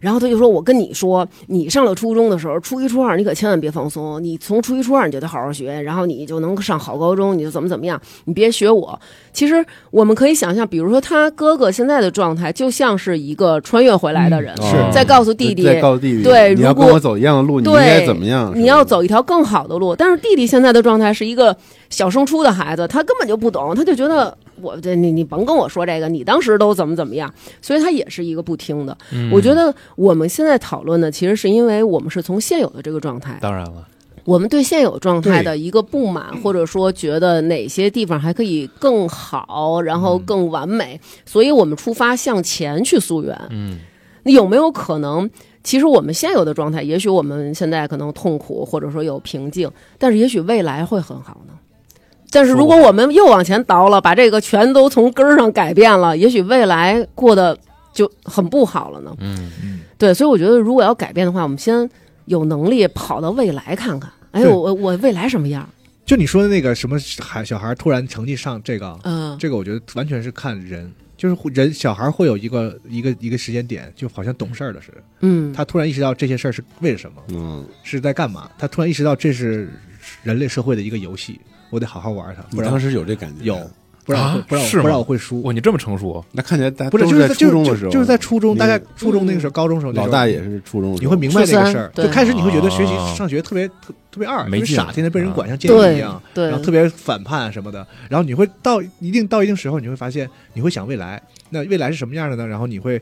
然后他就说：“我跟你说，你上了初中的时候，初一、初二你可千万别放松。你从初一、初二你就得好好学，然后你就能上好高中，你就怎么怎么样。你别学我。其实我们可以想象，比如说他哥哥现在的状态，就像是一个穿越回来的人，是在告诉弟弟，再告诉弟弟，对你要如果跟我走一样的路，你应对该怎么样？你要走一条更好的路。但是弟弟现在的状态是一个小升初的孩子，他根本就不懂，他就觉得我这你你甭跟我说这个，你当时都怎么怎么样，所以他也是一个不听的。我觉得我们现在讨论的其实是因为我们是从现有的这个状态，当然了，我们对现有状态的一个不满，或者说觉得哪些地方还可以更好，然后更完美，所以我们出发向前去溯源。嗯，那有没有可能，其实我们现有的状态，也许我们现在可能痛苦，或者说有瓶颈，但是也许未来会很好呢？但是如果我们又往前倒了，把这个全都从根儿上改变了，也许未来过得就很不好了呢？嗯嗯对，所以我觉得如果要改变的话，我们先有能力跑到未来看看，哎，对我我我未来什么样？就你说的那个什么孩小孩突然成绩上这个啊，嗯，这个我觉得完全是看人，就是人小孩会有一个一个一个时间点，就好像懂事儿了似的，嗯，他突然意识到这些事儿是为什么，嗯，是在干嘛，他突然意识到这是人类社会的一个游戏，我得好好玩它，你不然当时有这感觉有不然我会啊不然是我吗不然我会输。哇，你这么成熟，那看起来大家不是，都就是是就在初是中的就时候，就是在初中，你嗯大概初中那个时候，高中时候，那老时候大也是初中的时候，你会明白这个事儿。初三对就开始你会觉得学习哦上学特别特特别二，特没别劲傻，天天被人管啊像贱人一对样，嗯对然后特别反叛什么的。然后你会到一定到一定时候，你会发现你会想未来，那未来是什么样的呢？然后你会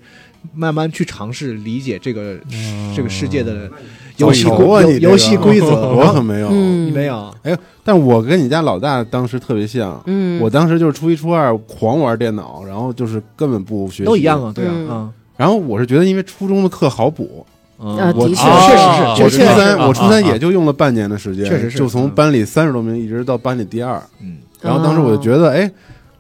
慢慢去尝试理解这个、嗯这个世界的游戏我有规、啊游你这个游戏规则。 我可没有。你嗯，没有，哎，但我跟你家老大当时特别像，嗯，我当时就是初一初二狂玩电脑，然后就是根本不学习，都一样。啊，对啊，嗯啊然后我是觉得，因为初中的课好补，嗯啊我的确啊是确实是我我初确实是三，啊我初啊三啊也就用了半年的时间，确实是就从班里三十多名一直到班里第二。嗯，然后当时我就觉得，哎，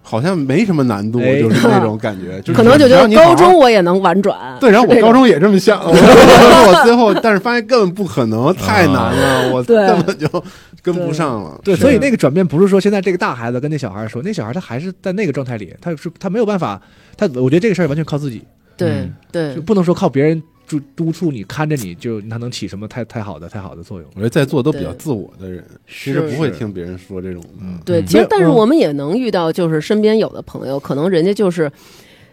好像没什么难度，哎就是那 种感觉，就是可能就只觉要得你好好高中我也能婉转， 对，然后我是这高种中也这么 想，我我最后但是发现根本不可能，太难 了，我对根本就跟不上了。对，是所以那个转变不是说现在这个大孩子跟那小孩说，那小孩他还是在那个状态里，他是他没有办法，他我觉得这个事儿完全靠自己，对嗯对就，不能说靠别人督督促你看着你就他能起什么太太好的太好的作用。我觉得在座都比较对自我的人，其其实不会听别人说这种的。对，嗯其没实有但是嗯我们也能遇到，就是身边有的朋友，可能人家就是。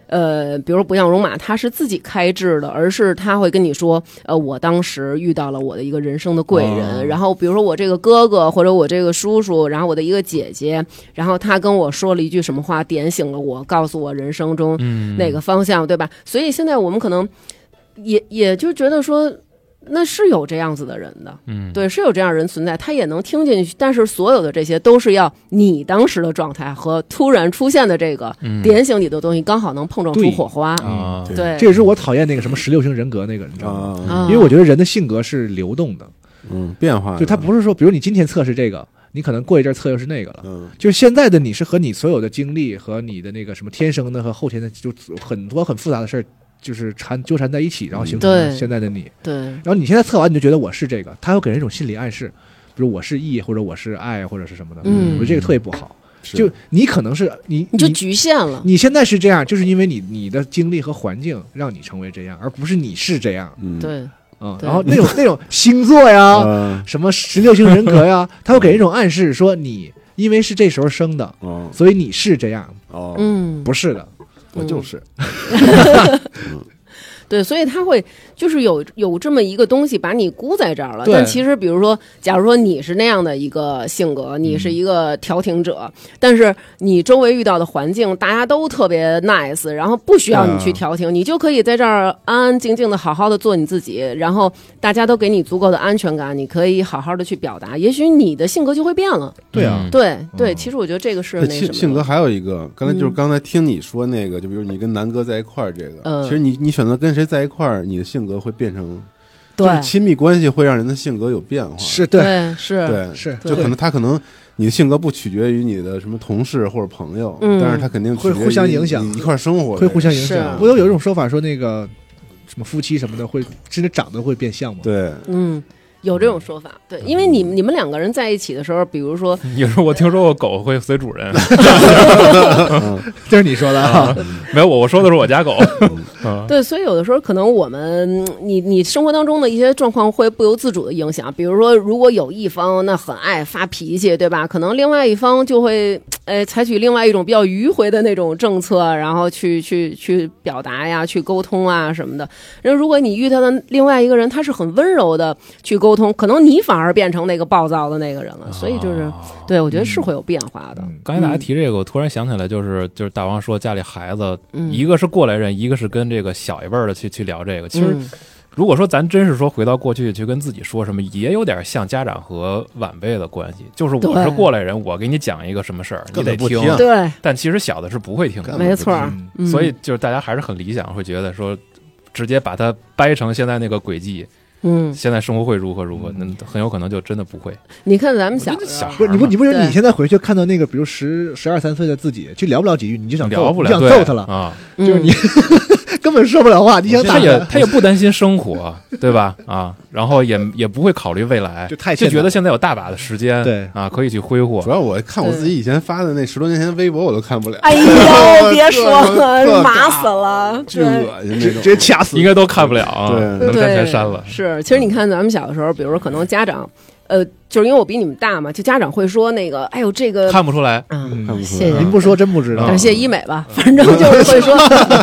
呃，比如不像戎马，他是自己开智的，而是他会跟你说，呃，我当时遇到了我的一个人生的贵人，哦然后比如说我这个哥哥或者我这个叔叔，然后我的一个姐姐，然后他跟我说了一句什么话，点醒了我，告诉我人生中嗯，哪个方向，对吧？所以现在我们可能也也就觉得说，那是有这样子的人的，嗯，对，是有这样的人存在，他也能听进去，但是所有的这些都是要你当时的状态和突然出现的这个嗯点醒你的东西，刚好能碰撞出对火花，啊，对对，这也是我讨厌那个什么十六型人格那个，你知道吗？啊，啊因为我觉得人的性格是流动的，嗯，变化的就他不是说，比如你今天测试这个，你可能过一阵儿测又是那个了。嗯就是现在的你是和你所有的经历和你的那个什么天生的和后天的，就很多很复杂的事儿，就是缠纠缠在一起，然后形成了对现在的你。对然后你现在测完你就觉得我是这个，他会给人一种心理暗示，比如我是 E 或者我是爱或者是什么的，嗯我觉得这个特别不好。是就你可能是你你就局限了，你现在是这样，就是因为你你的经历和环境让你成为这样，而不是你是这样嗯对啊、嗯。对然后那种那种星座 呀，啊什么十六型人格呀，他会给人一种暗示，说你因为是这时候生的，哦所以你是这样，哦，嗯，不是的。我嗯就是对，所以他会就是有有这么一个东西把你箍在这儿了。对但其实，比如说，假如说你是那样的一个性格，你嗯是一个调停者，但是你周围遇到的环境大家都特别 nice，然后不需要嗯你去调停，你就可以在这儿安安静静的好好的做你自己，然后大家都给你足够的安全感，你可以好好的去表达，也许你的性格就会变了。对啊，对对，嗯其实我觉得这个是对那什性么性格的，还有一个，刚才就是嗯刚才听你说那个，就比如你跟南哥在一块儿，这个嗯其实你你选择跟谁在一块儿，你的性格会变成，对就是亲密关系会让人的性格有变化，是对啊对是，对，是对就可能他可能你的性格不取决于你的什么同事或者朋友，嗯但是他肯定取决于会互相影响你一块儿生活的会人互相影是啊响。不都有一种说法说那个什么夫妻什么的会甚至长得会变相吗？对，嗯。有这种说嗯法，对，因为你你们两个人在一起的时候，比如说有时候我听说过狗会随主 人，这是你说的啊。没有我我说的是我 家狗，嗯对，所以有的时候可能我们你你生活当中的一些状况会不由自主的影响，比如说如果有一方那很爱发脾气，对吧？可能另外一方就会呃采取另外一种比较迂回的那种政策，然后去去去表达呀，去沟通啊什么的。那如果你遇到的另外一个人，他是很温柔的去沟通，可能你反而变成那个暴躁的那个人了。所以就是，啊对我觉得是嗯会有变化的。刚才大家提这个，我突然想起来，就是就是大王说家里孩子，嗯，一个是过来人，一个是跟这个小一辈儿的去去聊这个。其实嗯如果说咱真是说回到过去去跟自己说什么，也有点像家长和晚辈的关系，就是我对是过来人，我给你讲一个什么事儿，你根本得不听。 听对，但其实小的是不会听的根，本没不错啊儿。嗯嗯所以就是大家还是很理想，会觉得说。直接把它掰成现在那个轨迹，嗯，现在生活会如何如何？那很有可能就真的不会。你看咱们我觉小得时小候。不孩是你不嘛你不觉得啊对你现在回去看到那个，比如十十二三岁的自己，去聊不了几句，你就想聊揍不你了，想对揍他了，啊！嗯就是你 根本说不了话，你想他打也他也不担心生活，对吧？啊，然后也也不会考虑未来就，太就欠觉打得现在有大把的时间，对啊，可以去挥霍主。要我看我自己以前发的那十多年前的微博，我都看不了，哎特呦，别说特了，麻尬死了，巨对恶心那直种，直接掐死应。该都看不了啊，对能对删全删了。是，其实你看咱们小的时候，比如说可能家长呃，就是因为我比你们大嘛，就家长会说那个，哎呦这个，看不出来，嗯，看不出谢来谢您不说真不知道嗯感。谢医美吧，反正就是会说，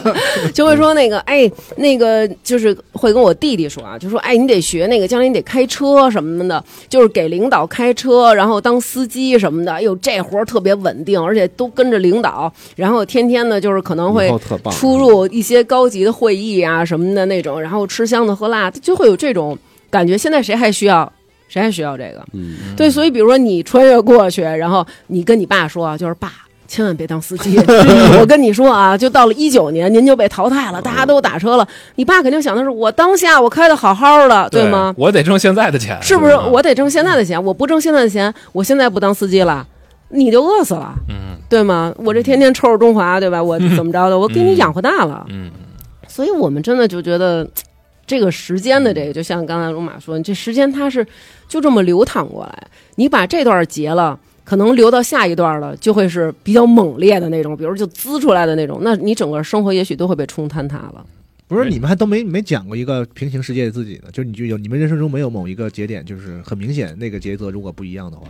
就会说那个，哎，那个就是会跟我弟弟说啊，就说，哎，你得学那个，将来你得开车什么的，就是给领导开车，然后当司机什么的，哎呦，这活儿特别稳定，而且都跟着领导，然后天天呢就是可能会以后特棒出入一些高级的会议啊什么的那种，然后吃香的喝辣，就会有这种感觉。现在谁还需要？谁还需要这个？嗯，对，所以比如说你穿越过去，然后你跟你爸说啊，就是爸。千万别当司 机！我跟你说啊，就到了一九年，您就被淘汰了，大家都打车了。你爸肯定想的是，我当下我开的好好的，对吗？我得挣现在的钱，啊是不是吧？我得挣现在的钱？我不挣现在的钱，我现在不当司机了，你就饿死了，嗯对吗？我这天天抽着中华，对吧？我怎么着的？我给你养活大了。嗯，所以我们真的就觉得，这个时间的这个，就像刚才龙马说，这时间它是就这么流淌过来。你把这段截了，可能留到下一段了，就会是比较猛烈的那种，比如就滋出来的那种，那你整个生活也许都会被冲坍塌了。不是你们还都没没讲过一个平行世界的自己呢？就是你就有你们人生中没有某一个节点，就是很明显那个抉择如果不一样的话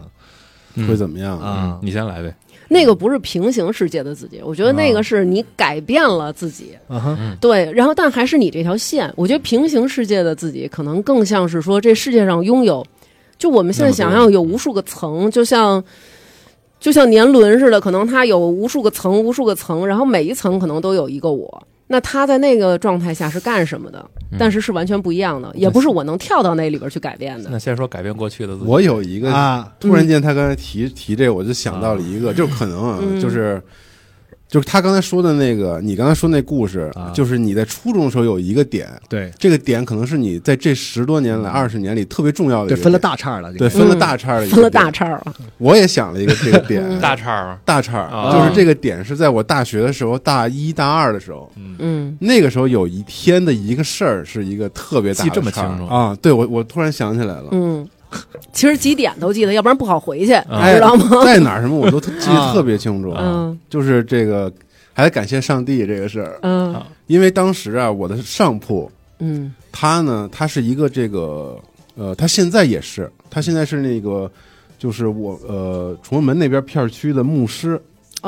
嗯会怎么样？啊，你先来呗，那个不是平行世界的自己，我觉得那个是你改变了自己，啊哈，对，然后但还是你这条线。我觉得平行世界的自己可能更像是说，这世界上拥有，就我们现在想象有嗯无数个层，就像就像年轮似的，可能它有无数个层，无数个层，然后每一层可能都有一个我。那他在那个状态下是干什么的？但是是完全不一样的，也不是我能跳到嗯那里边去改变的。那先说改变过去的自己，我有一个啊，突然间他刚才提提这个，我就想到了一个，就可能啊，嗯就是就是他刚才说的那个，你刚才说那故事，啊就是你在初中的时候有一个点，对这个点可能是你在这十多年来、嗯二十年里特别重要的一对，个分了点大叉了，这对个分了大叉的一个嗯分了大点叉了，我也想了一个这个点，大叉儿，大叉啊就是这个点是在我大学的时候，大一大二的时候，嗯，那个时候有一天的一个事儿是一个特别大的记这么叉儿清楚啊！对我我突然想起来了，嗯，其实几点都记得，要不然不好回去，哎知道吗？在哪儿什么我都特记得啊特别清楚，嗯就是这个还得感谢上帝这个事儿，嗯因为当时啊，我的上铺嗯他呢，他是一个这个呃，他现在也是，他现在是那个。就是我呃，崇文门那边片儿区的牧师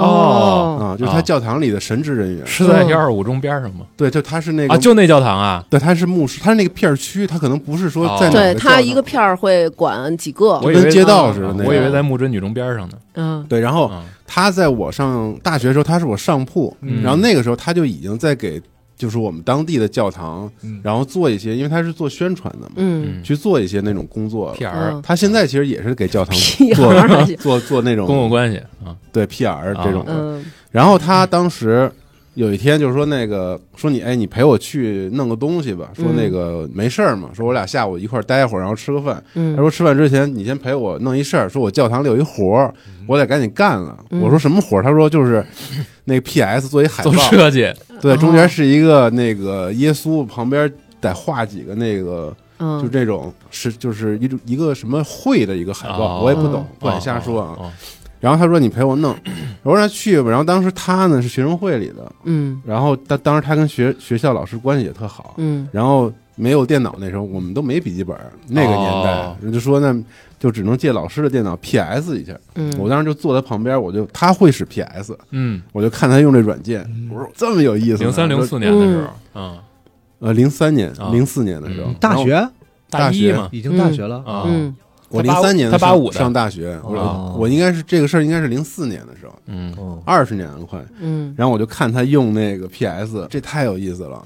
哦啊，就是他啊教堂里的神职人员，是在幺二五中边上吗？对，就他是那个啊，就那教堂啊，对，他是牧师，他是那个片儿区，他可能不是说哦在哪对个教他堂一个片儿会管几个，我以跟为啊街道似的那我以为种在木真女中边上呢。嗯对，然后嗯他在我上大学的时候，他是我上铺，嗯然后那个时候他就已经在给就是我们当地的教堂，嗯然后做一些，因为他是做宣传的嘛，嗯去做一些那种工作了。 ，PR 嗯他现在其实也是给教 堂 PR 做做做那种公共关系啊，对 PR 这种的。嗯然后他当时有一天就是说那个说你哎你陪我去弄个东西吧，说嗯那个没事儿嘛，说我俩下午一块儿待会儿，然后吃个饭。嗯他说吃饭之前你先陪我弄一事儿，说我教堂里有一活儿，我得赶紧干了。嗯我说什么活儿？他说就是那个 PS 做一海做报，设计，哦对，中间是一个那个耶稣，旁边得画几个那个。嗯，就这种是就是一种一个什么会的一个海报，我也不懂嗯，不敢瞎说啊。哦。哦然后他说你陪我弄，我让他去吧。然后当时他呢是学生会里的，嗯然后他当时他跟学学校老师关系也特好，嗯然后没有电脑那时候我们都没笔记本，那个年代、哦人就说那就只能借老师的电脑 PS 一下。嗯，我当时就坐他旁边，我就他会使 PS，嗯，我就看他用这软件，我说这么有意思呢。零三零四年的时候，嗯，呃零三年啊零四年的时候，嗯大然后学大一学嘛，已经大学了啊，嗯我他零八五三年的他上八五的上大学，我、哦我应该是这个事儿应该是零四年的时候，嗯，哦，二十年了快。嗯然后我就看他用那个 PS，这太有意思了。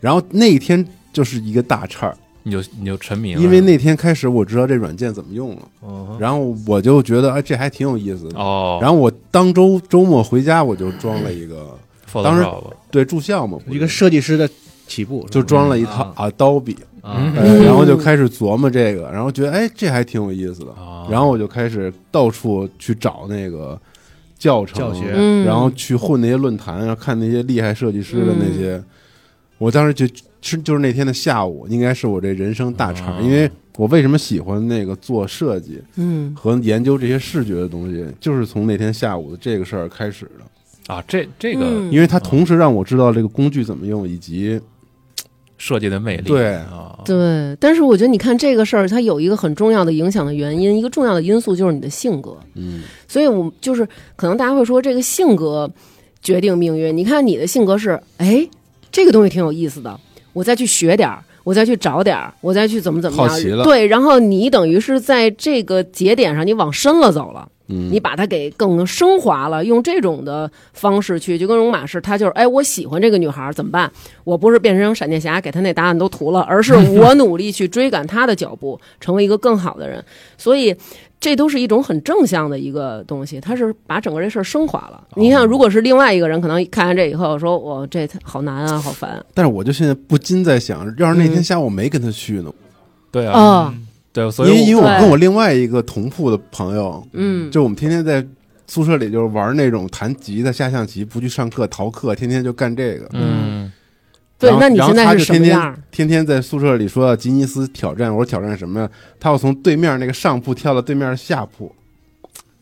然后那一天就是一个大岔儿，你就你就沉迷了，因为那天开始我知道这软件怎么用了，嗯哦然后我就觉得哎这还挺有意思的。哦，然后我当周周末回家我就装了一个，后当时对住校嘛，不是一个设计师的起步就装了一套啊啊刀笔，啊，哎然后就开始琢磨这个，然后觉得哎这还挺有意思的啊，然后我就开始到处去找那个教程教学嗯然后去混那些论坛，然后看那些厉害设计师的嗯那些。我当时就就是就是那天的下午，应该是我这人生大茬儿，啊因为我为什么喜欢那个做设计嗯和研究这些视觉的东西，就是从那天下午的这个事儿开始的，啊，这这个嗯因为它同时让我知道这个工具怎么用，以及设计的魅力。对啊，对，但是我觉得你看这个事儿，它有一个很重要的影响的原因，一个重要的因素就是你的性格。嗯，所以我就是可能大家会说，这个性格决定命运。你看你的性格是，哎，这个东西挺有意思的，我再去学点儿，我再去找点儿，我再去怎么怎么好奇样。了对，然后你等于是在这个节点上，你往深了走了。嗯你把它给更升华了，用这种的方式去，就跟戎马是，他就是，哎，我喜欢这个女孩儿怎么办？我不是变成闪电侠给她那答案都涂了，而是我努力去追赶她的脚步，成为一个更好的人。所以，这都是一种很正向的一个东西，它是把整个这事儿升华了。哦你看，如果是另外一个人，可能看完这以后说，我这好难啊，好烦啊但是我就现在不禁在想，要是那天嗯下午没跟他去呢，对啊，啊，对，所以因为因为我我对跟我另外一个同铺的朋友，嗯，就我们天天在宿舍里就是玩那种弹吉他、下象棋，不去上课逃课，天天就干这个。嗯，对然，后那你然后现在他是就什么天样儿？天天天在宿舍里说要吉尼斯挑战，我说挑战什么呀？他要从对面那个上铺跳到对面的下 铺。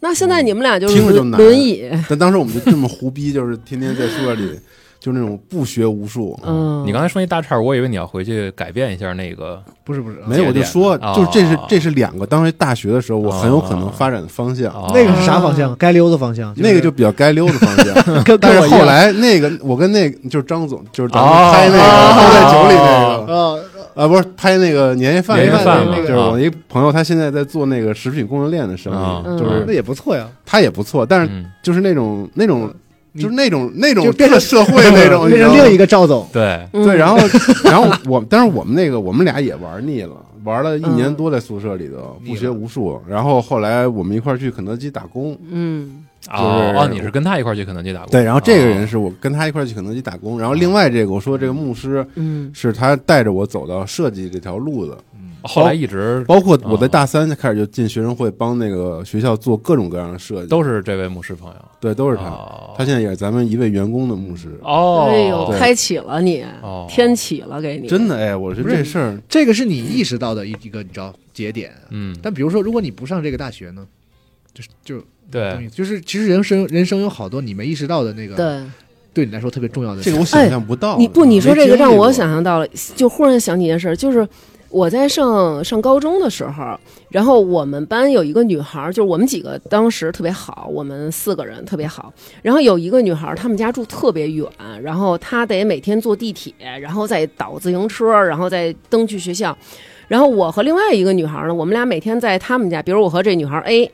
那现在你们俩就是嗯听着就轮难轮椅，但当时我们就这么胡逼，就是天天在宿舍 里就那种不学无术。嗯，你刚才说那大岔儿，我以为你要回去改变一下那个，不是不是，啊没有，我就说，哦就是这是这是两个当时大学的时候，我很有可能发展的方向，哦那个是啥方向？该溜的方向，啊那个就比较该溜的方 向。跟跟但是我一样后来那个，我跟那个就是张总，就是咱哦们拍那哦个后在酒里那个，呃啊，不是拍那个年夜饭年夜那个饭啊嘛就是我一朋友，他现在在做那个食品供应链的生啊意，就是那也不错呀，他也不错，但是嗯，就是那种那种你就是那种那种嗯就变成社会那 变成种，你知道吗另一个赵总，对，嗯对，然后然后我，但是我们那个我们俩也玩腻了，玩了一年多在宿舍里头嗯不学无术，然后后来我们一块儿去肯德基打工，嗯就哦是哦，你是跟他一块儿去肯德基打工？对，然后这啊个人哦是我跟他一块儿去肯德基打工，然后另外这个我说这个牧师嗯是他带着我走到设计这条路的，后来一直包括啊我在大三开始就进学生会帮那个学校做各种各样的设计，都是这位牧师朋友，对都是他，哦他现在也是咱们一位员工的牧师，哦，哎呦，对开启了你哦，天启了给你，真的哎，我觉得不是这事儿这个是你意识到的一一个你知道节点。嗯，但比如说，如果你不上这个大学呢，就是就嗯对，就是其实人生人生有好多你没意识到的那个，对。对你来说特别重要的事这情。个我想象不到，哎你不，你说没这个经历让我过想象到了，就忽然想起一件事儿，就是我在上上高中的时候，然后我们班有一个女孩儿，就是我们几个当时特别好，我们四个人特别好。然后有一个女孩儿，她们家住特别远，然后她得每天坐地铁，然后再倒自行车，然后再蹬去学校。然后我和另外一个女孩儿呢，我们俩每天在她们家，比如我和这女孩儿 A。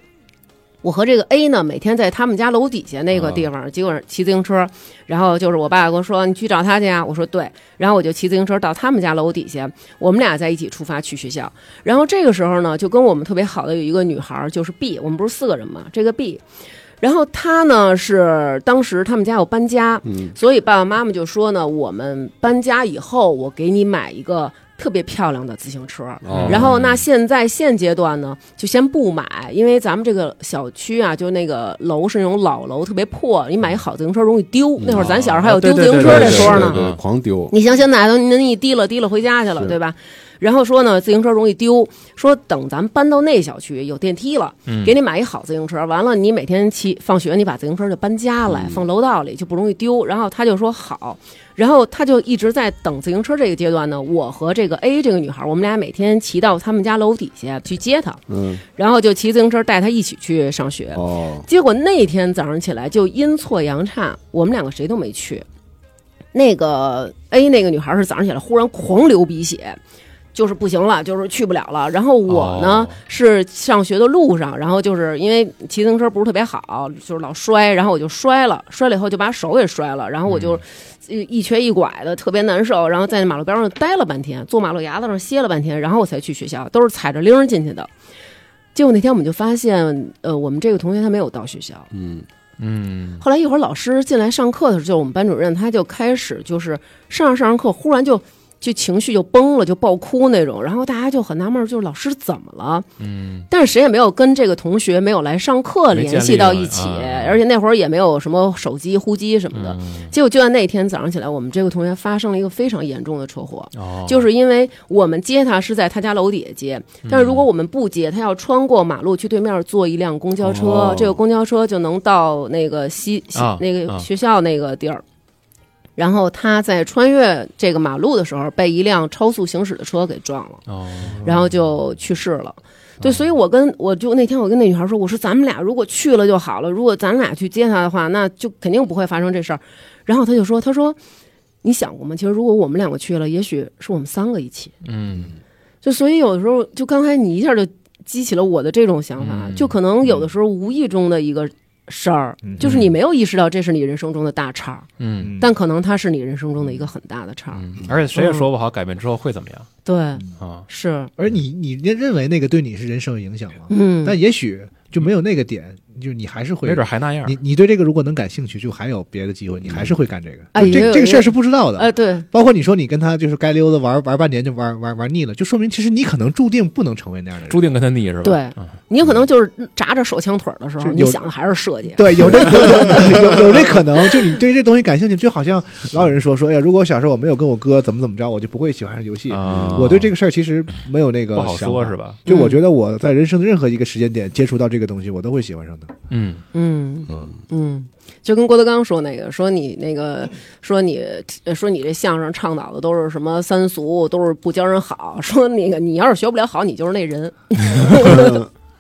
我和这个 A 呢，每天在他们家楼底下嗯那个地方，结果骑自行车，然后就是我爸跟我说：“你去找他去啊。”我说：“对。”然后我就骑自行车到他们家楼底下，我们俩在一起出发去学校。然后这个时候呢，就跟我们特别好的有一个女孩儿，就是 B，我们不是四个人嘛，这个 B。然后她呢是当时他们家要搬家，嗯所以爸爸妈妈就说呢，我们搬家以后，我给你买一个特别漂亮的自行车。哦嗯然后那现在现阶段呢，就先不买，因为咱们这个小区啊，就那个楼是那种老楼，特别破，你买一好自行车容易丢。那会儿咱小时候还有丢自行车这说啊对呢啊对，对狂丢。你像现在都您一提了提了回家去了，是对吧？然后说呢，自行车容易丢，说等咱搬到那小区有电梯了，给你买一好自行车。完了，你每天骑放学，你把自行车就搬家来，放楼道里就不容易丢。然后他就说好，然后他就一直在等自行车这个阶段呢。我和这个 A 这个女孩，我们俩每天骑到他们家楼底下去接她，嗯，然后就骑自行车带她一起去上学。哦，结果那天早上起来就阴错阳差，我们两个谁都没去。那个 A 那个女孩是早上起来忽然狂流鼻血，就是不行了，就是去不了了。然后我呢、哦是上学的路上，然后就是因为骑自行车不是特别好，就是老摔，然后我就摔了，摔了以后就把手给摔了，然后我就呃一瘸一拐的，特别难受，然后在马路边上待了半天，坐马路牙子上歇了半天，然后我才去学校，都是踩着铃儿进去的。结果那天我们就发现，呃，我们这个同学他没有到学校。嗯，嗯，后来一会儿老师进来上课的时候，就是我们班主任，他就开始就是上着上着课，忽然就就情绪就崩了，就爆哭那种。然后大家就很纳闷儿，就是老师怎么了？嗯，但是谁也没有跟这个同学没有来上课没联建系立到了一起，啊而且那会儿也没有什么手机、呼机什么的。结果就在那天早上起来，我们这个同学发生了一个非常严重的车祸。哦，就是因为我们接他是在他家楼底下接，嗯但是如果我们不接，他要穿过马路去对面坐一辆公交车，哦这个公交车就能到那个西西、啊那啊个学校那个地儿。然后他在穿越这个马路的时候，被一辆超速行驶的车给撞了，哦，然后就去世了。对，所以我跟我就那天我跟那女孩说，我说咱们俩如果去了就好了，如果咱俩去接他的话，那就肯定不会发生这事儿。然后他就说，他说你想过吗？其实如果我们两个去了，也许是我们三个一起。嗯，就所以有的时候，就刚才你一下就激起了我的这种想法，嗯就可能有的时候无意中的一个事儿，嗯就是你没有意识到这是你人生中的大岔儿，嗯但可能它是你人生中的一个很大的岔儿。嗯，而且谁也说不好改变之后会怎么样对，啊。是，而你你认为那个对你是人生有影响吗？嗯，但也许就没有那个点，就你还是会没准还那样你，你对这个如果能感兴趣，就还有别的机会，你还是会干这个。哎也这有这个事儿是不知道的。哎，对，包括你说你跟他就是该溜达玩玩半年就玩玩玩腻了，就说明其实你可能注定不能成为那样的人。注定跟他逆是吧？对嗯你可能就是扎着手枪腿儿的时候，是你有想的还是设计。对，有这有有有这可能，就你对这东西感兴趣，就好像老有人说说，哎呀，如果小时候我没有跟我哥怎么怎么着，我就不会喜欢上游戏。啊我对这个事儿其实没有那个不好想法说是？吧？就我觉得我在人生的任何一个时间点接触到这个东西，我都会喜欢上它。嗯，嗯嗯，就跟郭德纲说那个，说你那个，说你呃说你这相声倡导的都是什么三俗，都是不教人好。说那个你要是学不了好，你就是那人。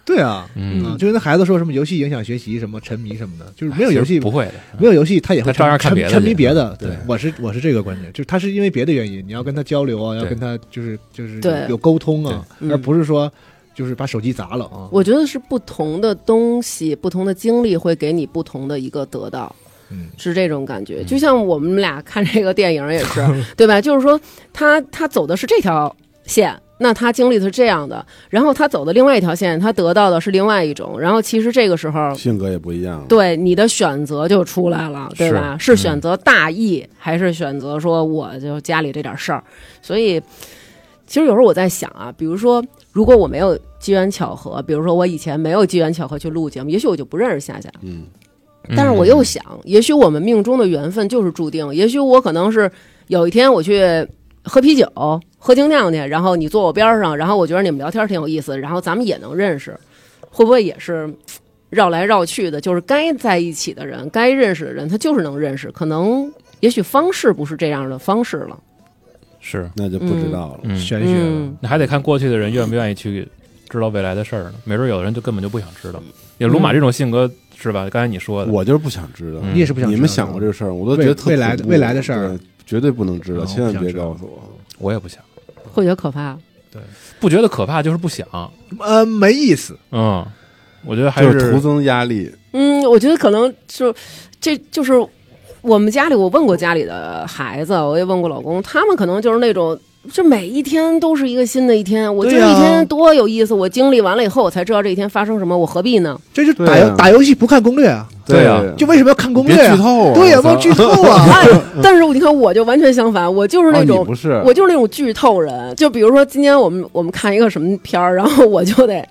对啊，嗯啊就跟那孩子说什么游戏影响学习，什么沉迷什么的，就是没有游其戏实不会的，没有游戏，他也会他照样看沉别的沉迷去别的。对对，我是我是这个观点，就是他是因为别的原因，你要跟他交流啊，要对跟他就是就是对有沟通啊，对而嗯不是说就是把手机砸了啊。我觉得是不同的东西、不同的经历会给你不同的一个得到，嗯是这种感觉。就像我们俩看这个电影也是，对吧？就是说他他走的是这条线。那他经历的是这样的，然后他走的另外一条线，他得到的是另外一种，然后其实这个时候，性格也不一样了。对你的选择就出来了，对吧？是是选择大义，还是选择说我就家里这点事儿？所以，其实有时候我在想啊，比如说，如果我没有机缘巧合，比如说我以前没有机缘巧合去录节目，也许我就不认识夏夏。嗯，但是我又想，也许我们命中的缘分就是注定，也许我可能是有一天我去喝啤酒、喝精酿去，然后你坐我边儿上，然后我觉得你们聊天挺有意思，然后咱们也能认识，会不会也是绕来绕去的？就是该在一起的人，该认识的人，他就是能认识，可能也许方式不是这样的方式了。是，那就不知道了。嗯，玄学啊了，嗯，那还得看过去的人愿不愿意去知道未来的事儿呢。没准有的人就根本就不想知道。也鲁马这种性格是吧？刚才你说的，我就是不想知道。嗯你也是不想你知们道想是过吧这事儿，我都觉未得特未来的恐怖未来的事儿对，绝对不能知道，嗯千万我不别想知道告诉我。我也不想，会觉得可怕。不觉得可怕，就是不想。呃，没意思。嗯，我觉得还就是徒增压力，嗯，我觉得可能就这就是我们家里，我问过家里的孩子，我也问过老公，他们可能就是那种。就每一天都是一个新的一天，我今对儿呀一天多有意思！我经历完了以后，我才知道这一天发生什么，我何 必呢？这就对打游啊打游戏不看攻略啊，对啊就为什么要看攻略别啊剧？透啊！对呀，我不要操剧透 啊！哎，但是你看，我就完全相反，我就是嗯那哦种你不是我就是那种剧透人。就比如说今天我们我们看一个什么片儿，然后我就得，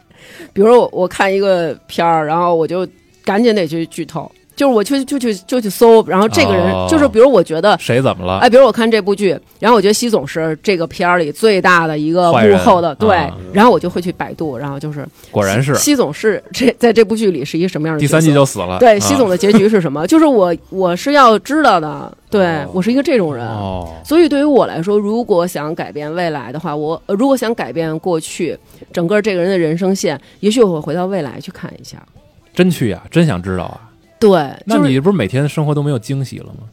比如说我我看一个片儿，然后我就赶紧得去剧透，就是我去就去就去搜，然后这个人、哦就是比如我觉得。谁怎么了？哎，比如我看这部剧，然后我觉得奚总是这个片儿里最大的一个坏人幕后的，对，啊然后我就会去百度，然后就是果然是奚总是这在这部剧里是一个什么样的第角色？三季就死了。对，啊奚总的结局是什 么？就是我我是要知道的，对哦我是一个这种人。哦，所以对于我来说，如果想改变未来的话，我、呃、如果想改变过去，整个这个人的人生线，也许我会回到未来去看一下。真去呀，真想知道啊。对，那就是你不是每天生活都没有惊喜了吗？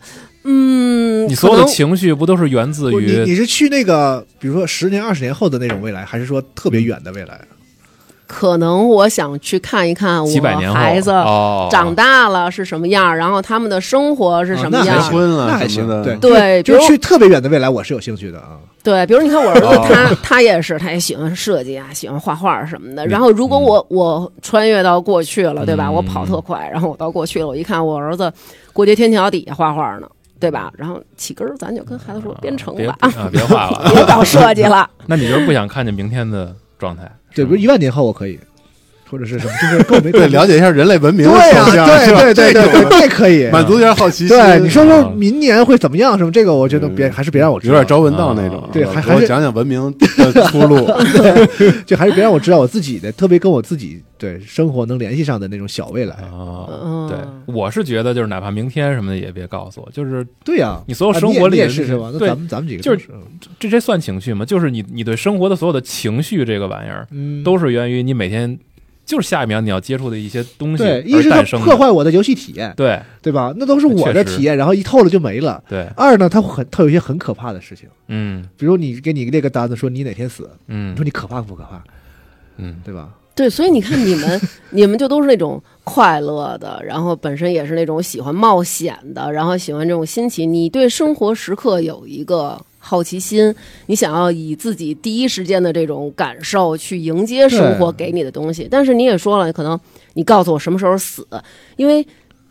嗯，你所有的可能情绪不都是源自不你你于是去那个，比如说十年、二十年后的那种未来，还是说特别远的未来？啊可能我想去看一看几我百年后孩子哦长大了是什么样，然后他们的生活是什么啊那样。还结行婚了那还什行么的，对对，比就如是去特别远的未来，我是有兴趣的啊。对，比如你看我儿子哦，他他也是，他也喜欢设计啊，喜欢画画什么的。然后如嗯果我我穿越到过去了，对吧？我跑特快，然后我到过去了，我一看我儿子过街天桥底下画画呢，对吧？然后起根儿，咱就跟孩子说编程别吧，啊， 别画了。 别搞设计了。那你就是不想看见明天的状态？对，比如一万年后我可以，或者是 什么，就是够没对，了解一下人类文明的对呀，走向，是吧对对对这对种对，这可以满足一下好奇心。对，你说啊说明年会怎么样？什么这个，我觉得别嗯还是别让我知有道点招文道那种，啊对还还我是讲讲文明的出路。 就还是别让我知道我自己的，特别跟我自己对生活能联系上的那种小未来。啊。嗯，对，我是觉得就是哪怕明天什么的也别告诉我，就是对呀，你所有啊生你也活里你也的是那是些吧？那对咱们咱们几个就是都是这这算情绪吗？就是你你对生活的所有的情绪这个玩意儿，嗯都是源于你每天就是下一秒你要接触的一些东西对，一而是它诞生破的。坏我的游戏体验，对对吧？那都是我的确实体验，然后一透了就没了。对，二呢，它很它有一些很可怕的事情，嗯比如你给你那个单子说你哪天死，你嗯说你可怕不可怕，嗯，对吧？对，所以你看，你们你们就都是那种快乐的，然后本身也是那种喜欢冒险的，然后喜欢这种新奇。你对生活时刻有一个好奇心，你想要以自己第一时间的这种感受去迎接生活给你的东西。但是你也说了，可能你告诉我什么时候死，因为。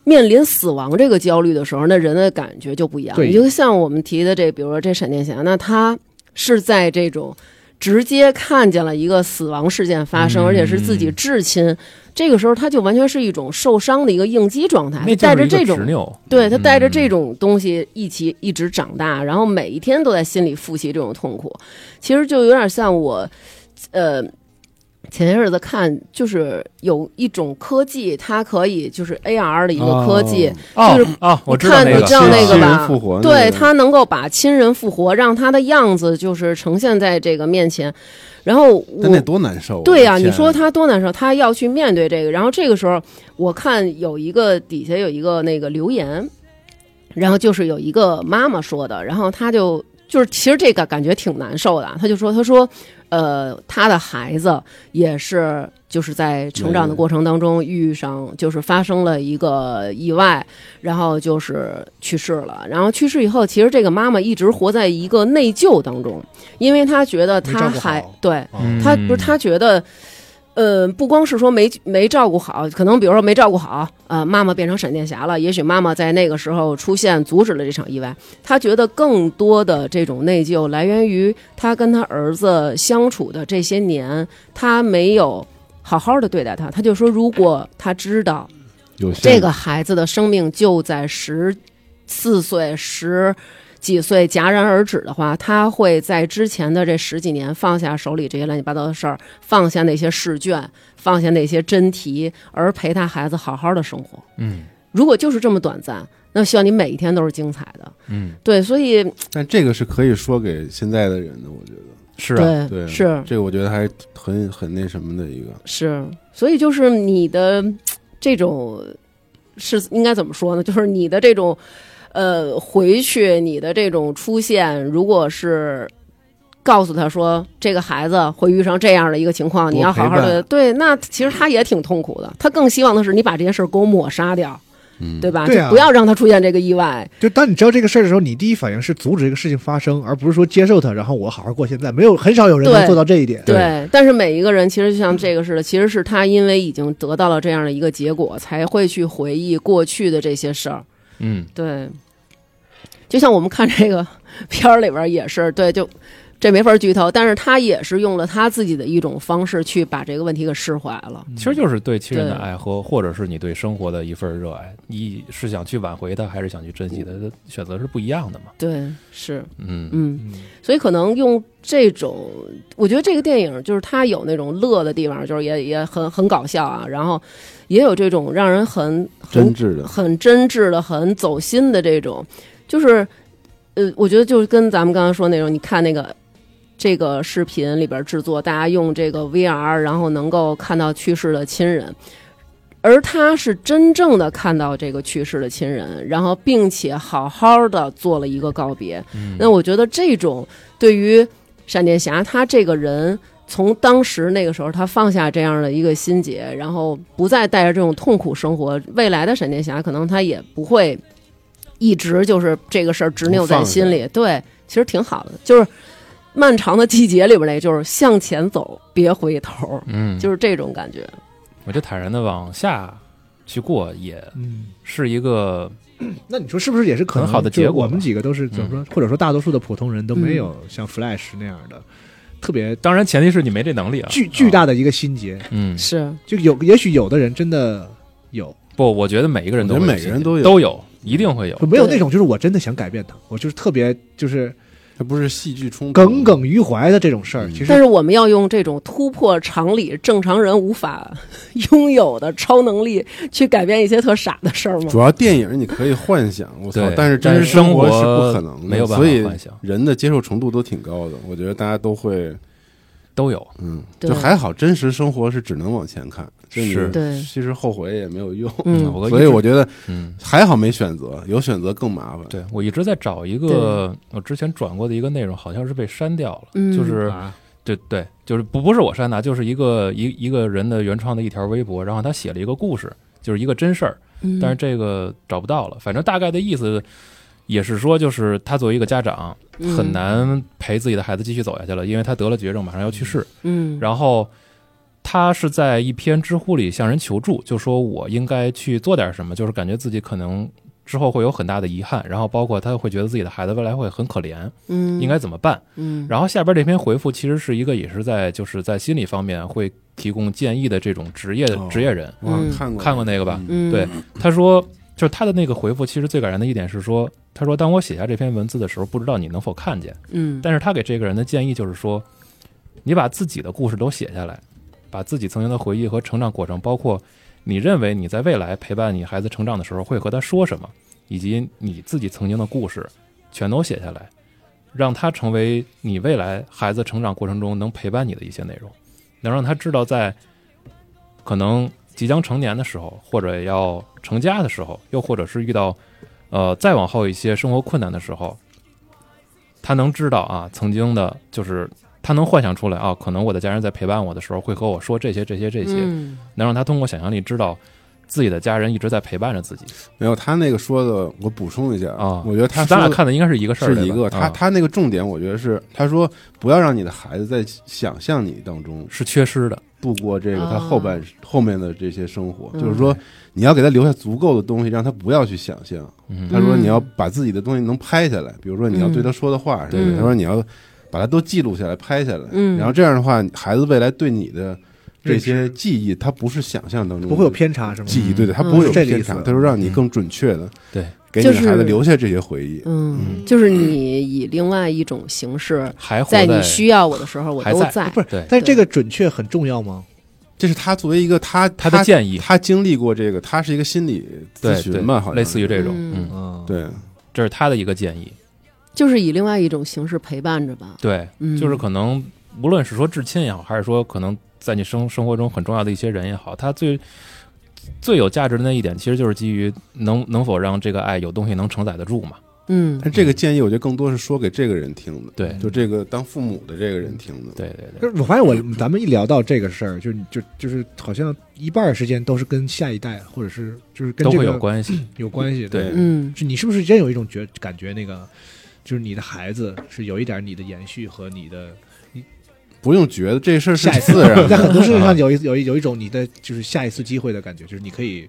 面临死亡这个焦虑的时候，那人的感觉就不一样。对你就像我们提的这，比如说这闪电侠，那他是在这种直接看见了一个死亡事件发生，嗯而且是自己至亲，这个时候他就完全是一种受伤的一个应激状态，那他带就是着一这个种执拗。对他带着这嗯种东西一起一直长大，然后每一天都在心里复习这种痛苦，其实就有点像我，呃，前些日子看就是有一种科技，它可以就是 AR 的一个科技，哦就是哦，我知道看那你知道个那亲个吧人？复活那对个他能够把亲人复活，让他的样子就是呈现在这个面前，然后我但那多难受啊！对呀、我的你天说他多难受，他要去面对这个。然后这个时候，我看有一个底下有一个那个留言，然后就是有一个妈妈说的，然后他就就是其实这个感觉挺难受的啊。他就说，他说，呃，他的孩子也是就是在成长嗯的过程当中遇上就是发生了一个意外，然后就是去世了。然后去世以后，其实这个妈妈一直活在一个内疚当中，因为她觉得没照她顾好还对。嗯他不是他觉得，呃，不光是说没没照顾好，可能比如说没照顾好，呃，妈妈变成闪电侠了，也许妈妈在那个时候出现，阻止了这场意外。他觉得更多的这种内疚来源于他跟他儿子相处的这些年，他没有好好的对待他。他就说，如果他知道有些这个孩子的生命就在十四岁、十几岁戛然而止的话，他会在之前的这十几年放下手里这些乱七八糟的事儿，放下那些试卷，放下那些真题，而陪他孩子好好的生活。嗯如果就是这么短暂，那希望你每一天都是精彩的。嗯对，所以但这个是可以说给现在的人的，我觉得，是啊，对对，是这个我觉得还是很很那什么的一个，是，所以就是你的这种是应该怎么说呢？就是你的这种呃回去，你的这种出现，如果是告诉他说这个孩子会遇上这样的一个情况，你多要好陪好的伴对，那其实他也挺痛苦的。他更希望的是你把这件事儿给我抹杀掉，嗯，对吧？对就啊不要让他出现这个意外。就当你知道这个事儿的时候，你第一反应是阻止这个事情发生，而不是说接受它，然后我好好过现在。没有很少有人对能做到这一点。对，但是每一个人其实就像这个似的，其实是他因为已经得到了这样的一个结果，才会去回忆过去的这些事儿。嗯对，就像我们看这个 片儿里边儿也是，对，就这没法剧透，但是他也是用了他自己的一种方式去把这个问题给释怀了。其实就是对亲人的对爱和或者是你对生活的一份热爱，你是想去挽回它，还是想去珍惜它？它选择是不一样的嘛。对，是，嗯嗯，所以可能用这种，我觉得这个电影就是它有那种乐的地方，就是也也很很搞笑啊，然后也有这种让人很很真挚的，很真挚的、很走心的这种，就是，呃，我觉得就是跟咱们刚刚说那种，你看那个这个视频里边制作，大家用这个 VR，然后能够看到去世的亲人，而他是真正的看到这个去世的亲人，然后并且好好的做了一个告别。嗯那我觉得这种对于闪电侠他这个人。从当时那个时候，他放下这样的一个心结，然后不再带着这种痛苦生活。未来的闪电侠可能他也不会一直就是这个事儿执拗在心里。对，其实挺好的，就是漫长的季节里边那，就是向前走，别回头，嗯，就是这种感觉。我觉得坦然的往下去过，也嗯，是一个那你说是不是也是可能很好的结果吧嗯就我们几个都是怎么说，或者说大多数的普通人都没有像 Flash 那样的。特别当然前提是你没这能力啊。巨巨大的一个心结。嗯，是就有也许有的人真的有，不，我觉得每一个人都我觉会得有每个心人结都有嗯都有，一定会有就。没有对那种就是我真的想改变他，我就是特别就是它不是戏剧冲突，耿耿于怀的这种事儿。嗯其但实是我们要用这种突破常理、正常人无法 拥有的超能力去改变一些特傻的事儿吗主？要电影你可以幻想，我操对，但是真但实是生活活是不可能的，没有办法所以幻想人的接受程度都挺高的，我觉得大家都会，都有，嗯，对就还好，真实生活是只能往前看，就你是对其实后悔也没有用，嗯我所以我觉得嗯，还好没选择，有选择更麻烦。对我一直在找一个我之前转过的一个内容，好像是被删掉了，嗯就是啊对对，就是不不是我删的啊，就是一个一一个人的原创的一条微博，然后他写了一个故事，就是一个真事儿，嗯但是这个找不到了。反正大概的意思也是说，就是他作为一个家长，嗯很难陪自己的孩子继续走下去了，因为他得了绝症，马上要去世。嗯，然后他是在一篇知乎里向人求助，就说我应该去做点什么，就是感觉自己可能之后会有很大的遗憾，然后包括他会觉得自己的孩子未来会很可怜，嗯应该怎么办？嗯然后下边这篇回复其实是一个也是在就是在心理方面会提供建议的这种职业的哦职业人，哇嗯，看过看过那个吧？嗯嗯对，他说就是他的那个回复，其实最感人的一点是说，他说当我写下这篇文字的时候，不知道你能否看见，嗯但是他给这个人的建议就是说，你把自己的故事都写下来，把自己曾经的回忆和成长过程，包括你认为你在未来陪伴你孩子成长的时候会和他说什么，以及你自己曾经的故事，全都写下来，让他成为你未来孩子成长过程中能陪伴你的一些内容，能让他知道在可能即将成年的时候，或者要成家的时候，又或者是遇到呃再往后一些生活困难的时候，他能知道啊，曾经的就是他能幻想出来啊，可能我的家人在陪伴我的时候会和我说这些这些这些，嗯能让他通过想象力知道自己的家人一直在陪伴着自己没有他那个说的，我补充一下啊。我觉得他咱俩说的看的应该是一个事儿，是一对吧个，他啊他那个重点，我觉得是他说不要让你的孩子在想象你当中是缺失的，度过这个他啊后半后面的这些生活，嗯就是说你要给他留下足够的东西，让他不要去想象。嗯他说嗯你要把自己的东西能拍下来，比如说你要对他说的话，什么嗯的，他说你要把它都记录下来，拍下来，嗯然后这样的话，孩子未来对你的这些记忆，他不是想象当中的不会有偏差是吗？记忆，对的，他嗯不会有是这个偏意差，思他说让你更准确的对，给你的就是孩子留下这些回忆。嗯，就是你以另外一种形式，还活在你需要我的时候，我都还在不是对但是这个准确很重要吗？这是他作为一个他他的建议，他经历过这个，他是一个心理咨对询嘛，好像对，类似于是这种，嗯嗯，嗯，，对，这是他的一个建议，就是以另外一种形式陪伴着吧。对，嗯就是可能无论是说至亲也好，还是说可能在你生生活中很重要的一些人也好，他最最有价值的那一点，其实就是基于能能否让这个爱有东西能承载得住嘛。嗯但这个建议我觉得更多是说给这个人听的，对就这个当父母的这个人听的，对对就对，是我发现我咱们一聊到这个事儿，就就就是好像一半儿时间都是跟下一代或者是就是跟都这个会有 关系。有关系的。对嗯就你是不是真有一种觉感觉，那个就是你的孩子是有一点你的延续和你的不用觉得这事儿是下一次自然在很的。啊多事情上有一有一有一种你的就是下一次机会的感觉，就是你可以，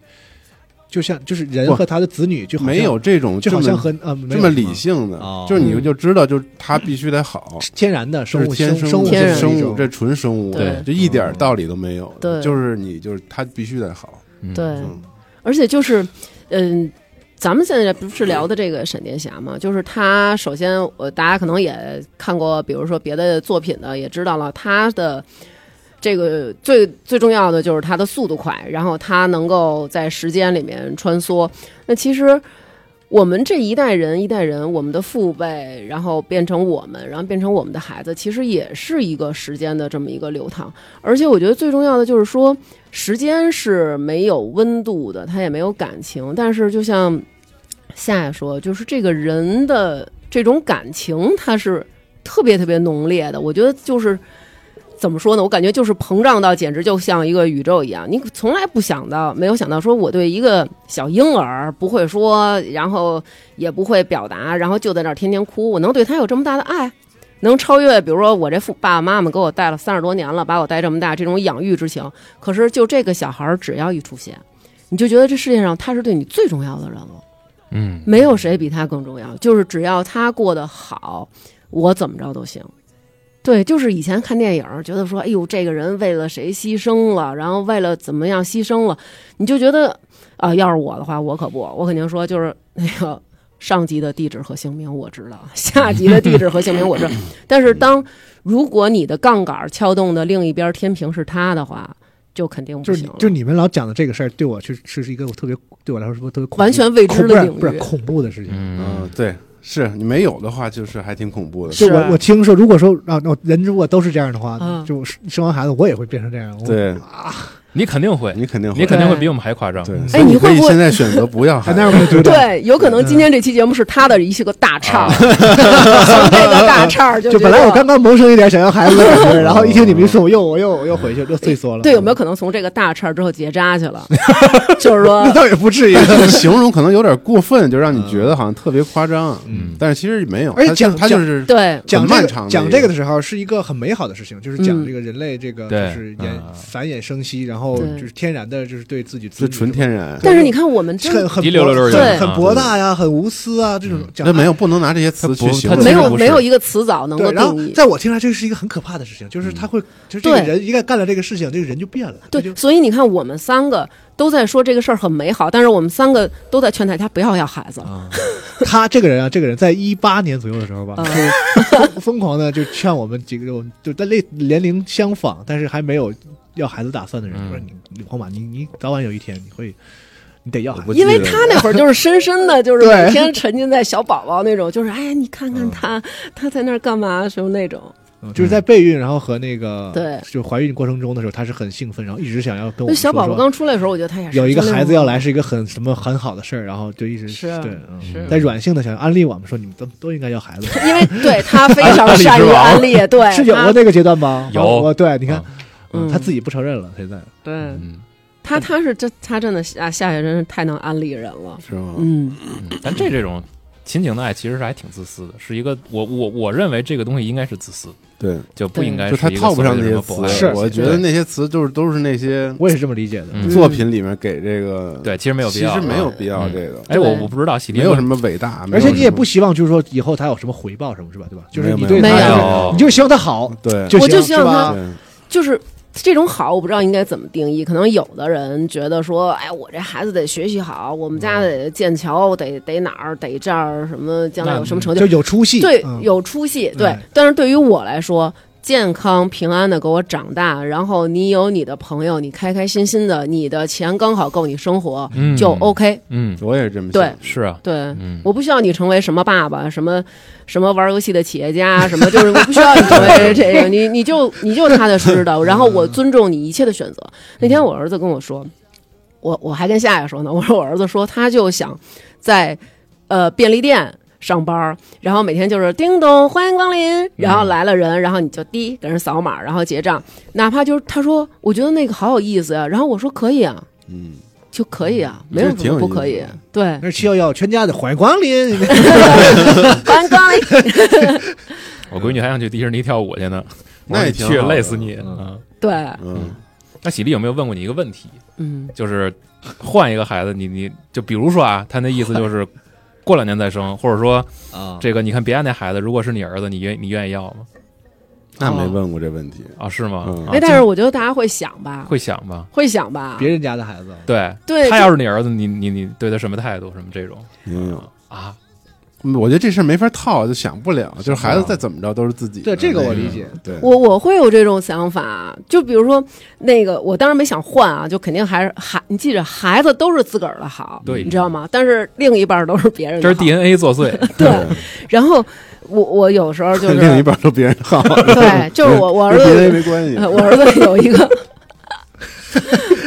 就像就是人不和他的子女就好像没有这种就好这像么和呃没有这么什理性的哦，就是你就知道，就是他必须得好，天然的这生是物天生物物天的然一生种物，这纯生物，对就一点道理都没有。对就是你就是他必须得好，嗯对，嗯而且就是，嗯，咱们现在不是聊的这个闪电侠嘛，就是他首先，呃，大家可能也看过，比如说别的作品的，也知道了他的。这个最最重要的就是他的速度快，然后他能够在时间里面穿梭。那其实我们这一代人一代人，我们的父辈，然后变成我们，然后变成我们的孩子，其实也是一个时间的这么一个流淌。而且我觉得最重要的就是说，时间是没有温度的，它也没有感情。但是就像夏夏说，就是这个人的这种感情，它是特别特别浓烈的。我觉得就是怎么说呢？我感觉就是膨胀到简直就像一个宇宙一样。你从来不想到，没有想到说我对一个小婴儿不会说，然后也不会表达，然后就在那儿天天哭，我能对他有这么大的爱。能超越，比如说我这父爸爸妈妈给我带了三十多年了，把我带这么大，这种养育之情，可是就这个小孩儿，只要一出现，你就觉得这世界上他是对你最重要的人了，嗯，没有谁比他更重要。就是只要他过得好，我怎么着都行。对，就是以前看电影儿，觉得说，哎呦，这个人为了谁牺牲了，然后为了怎么样牺牲了，你就觉得啊、要是我的话，我可不，我肯定说就是那个上级的地址和姓名我知道，下级的地址和姓名我知道。但是当如果你的杠杆儿撬动的另一边天平是他的话，就肯定不就是行你了。就是你们老讲的这个事儿，对我是是是一个我特别对我来说是不是特别恐怖完全未知恐不的是领不是域，恐怖的事情。嗯嗯，对，是你没有的话，就是还挺恐怖的。就是我我听说，如果说啊，那我人如果都是这样的话，嗯就生完孩子我也会变成这样。我，对你肯定会，你肯定会嗯你肯定会比我们还夸张。嗯对，所以你可会以不会现在选择不要孩哎子那。我觉得对，有可能今天这期节目是他的一些个大岔儿，从这个大 岔儿就 啊就觉本来得我刚刚萌生一点想要孩子的感 觉，然后一听你们一说，我又我又我又回去，又退缩了。对，有没有可能从这个大岔儿之后结扎去 了？就是说那，倒也不至 于。这个形容可能有点过分，就让你觉嗯得好像特别夸张，嗯，但是其实没有，而且他哎讲他就是对，讲很这漫个长的讲一这个个的时候是一个很美好的事情，就是讲嗯这个人类这个就对是衍嗯繁衍生息，然后对就是天然的就是对自己子是女纯天然，但是你看我们真很很一溜博溜溜的对很啊博大呀，很无私啊，这种讲嗯那没有不能拿这些词他去不形他容，没其实有不没是有一个词藻能够对，然后定义。嗯在我听来，这是一个很可怕的事情，就是他会，就是这个对人一旦干了这个事情，这个人就变了。他对就，所以你看，我们三个都在说这个事儿很美好，但是我们三个都在劝大家不要要孩子。啊他这个人啊，这个人在一八年左右的时候吧，嗯疯疯狂的就劝我们几个，就在类年龄相仿，但是还没有要孩子打算的人，嗯说你你皇马，你你早晚有一天你会，你得要孩我子。记因得为他那会儿就是深深 的，就是对每天沉浸在小宝宝那种，就是哎呀，你看看他，他在那儿干嘛什么那种。嗯就是在备孕，然后和那个对就怀孕过程中的时候，他是很兴奋，然后一直想要跟我那们小说宝宝说刚出来的时候，我觉得他也是有一个孩子要来真是一个很什么很好的事儿，然后就一直是对，嗯是但软性的想安利我们说你们都都应该要孩子，的， 因为对他非常善于安利，对， 是有他过那个阶段吗？有我我对，你看啊，嗯他自己不承认了，现在对嗯，他他是真他真的下下也真是太能安利人了。是吗？嗯，嗯咱这这种亲情的爱其实是还挺自私的，是一个我我我认为这个东西应该是自私，对，就不应该就他是一个套不上所那谓的些什么博爱词，是我觉得那些词就是都是那些我也是这么理解的。嗯作品里面给这个，对，其实没有必要，其实没有必要嗯这个，哎，我对我不知道喜迪没有问什么伟大，没而有且你也什么不希望就是说以后他有什么回报什么是吧？对吧？就是你没有对没他有就是没有你就希望他好对就我就希行望是他吧？对就是这种好，我不知道应该怎么定义。可能有的人觉得说，哎，我这孩子得学习好，我嗯们家得剑桥，得得哪儿，得这儿什么，将来有什么成就就，有出息，对，嗯有出息。对哎，但是对于我来说。健康平安的给我长大，然后你有你的朋友，你开开心心的，你的钱刚好够你生活，嗯就 OK。嗯，我也是这么想对，是啊，对，嗯我不需要你成为什么爸爸，什么什么玩游戏的企业家， 什么就是我不需要你成为 这个，你你就你就踏踏实实的，然后我尊重你一切的选择。那天我儿子跟我说，我我还跟夏夏说呢，我 说我儿子说他就想在呃便利店。上班儿，然后每天就是叮咚，欢迎光嗯临，然后来了人，然后你就滴给人扫码，然后结账，哪怕就是他说，我觉得那个好有意思呀、然后我说可以啊，嗯，就可以啊，没有这什嗯挺有么不意思可以的， 对，那七幺幺全家的欢迎光临，欢迎光临，我闺女还想去迪士尼跳舞 去呢，那也我挺去好的累死你啊！对，嗯，那喜力有没有问过你一个问题？嗯，就是换一个孩子，你你就比如说啊，他那意思就是过两年再生，或者说啊这个你看别人那孩子，如果是你儿子，你愿你愿意要吗？那哦没问过这问题，啊，是吗？嗯啊哎，但是我觉得大家会想吧，会想吧？会想吧，别人家的孩子，对，对他就要是你儿子，你你你对他什么态度？什么这种没有。嗯啊？我觉得这事儿没法套，就想不了。就是孩子再怎么着都是自己的。对这个我理解。对，我我会有这种想法，就比如说那个，我当然没想换啊，就肯定还是孩，你记着，孩子都是自个儿的好，对你知道吗？但是另一半儿都是别人的好，这是 DNA 作祟， 对。然后我我有时候就是 另一半都别人好，对，就是我我儿跟子 DNA 没关系。呃我儿子有一个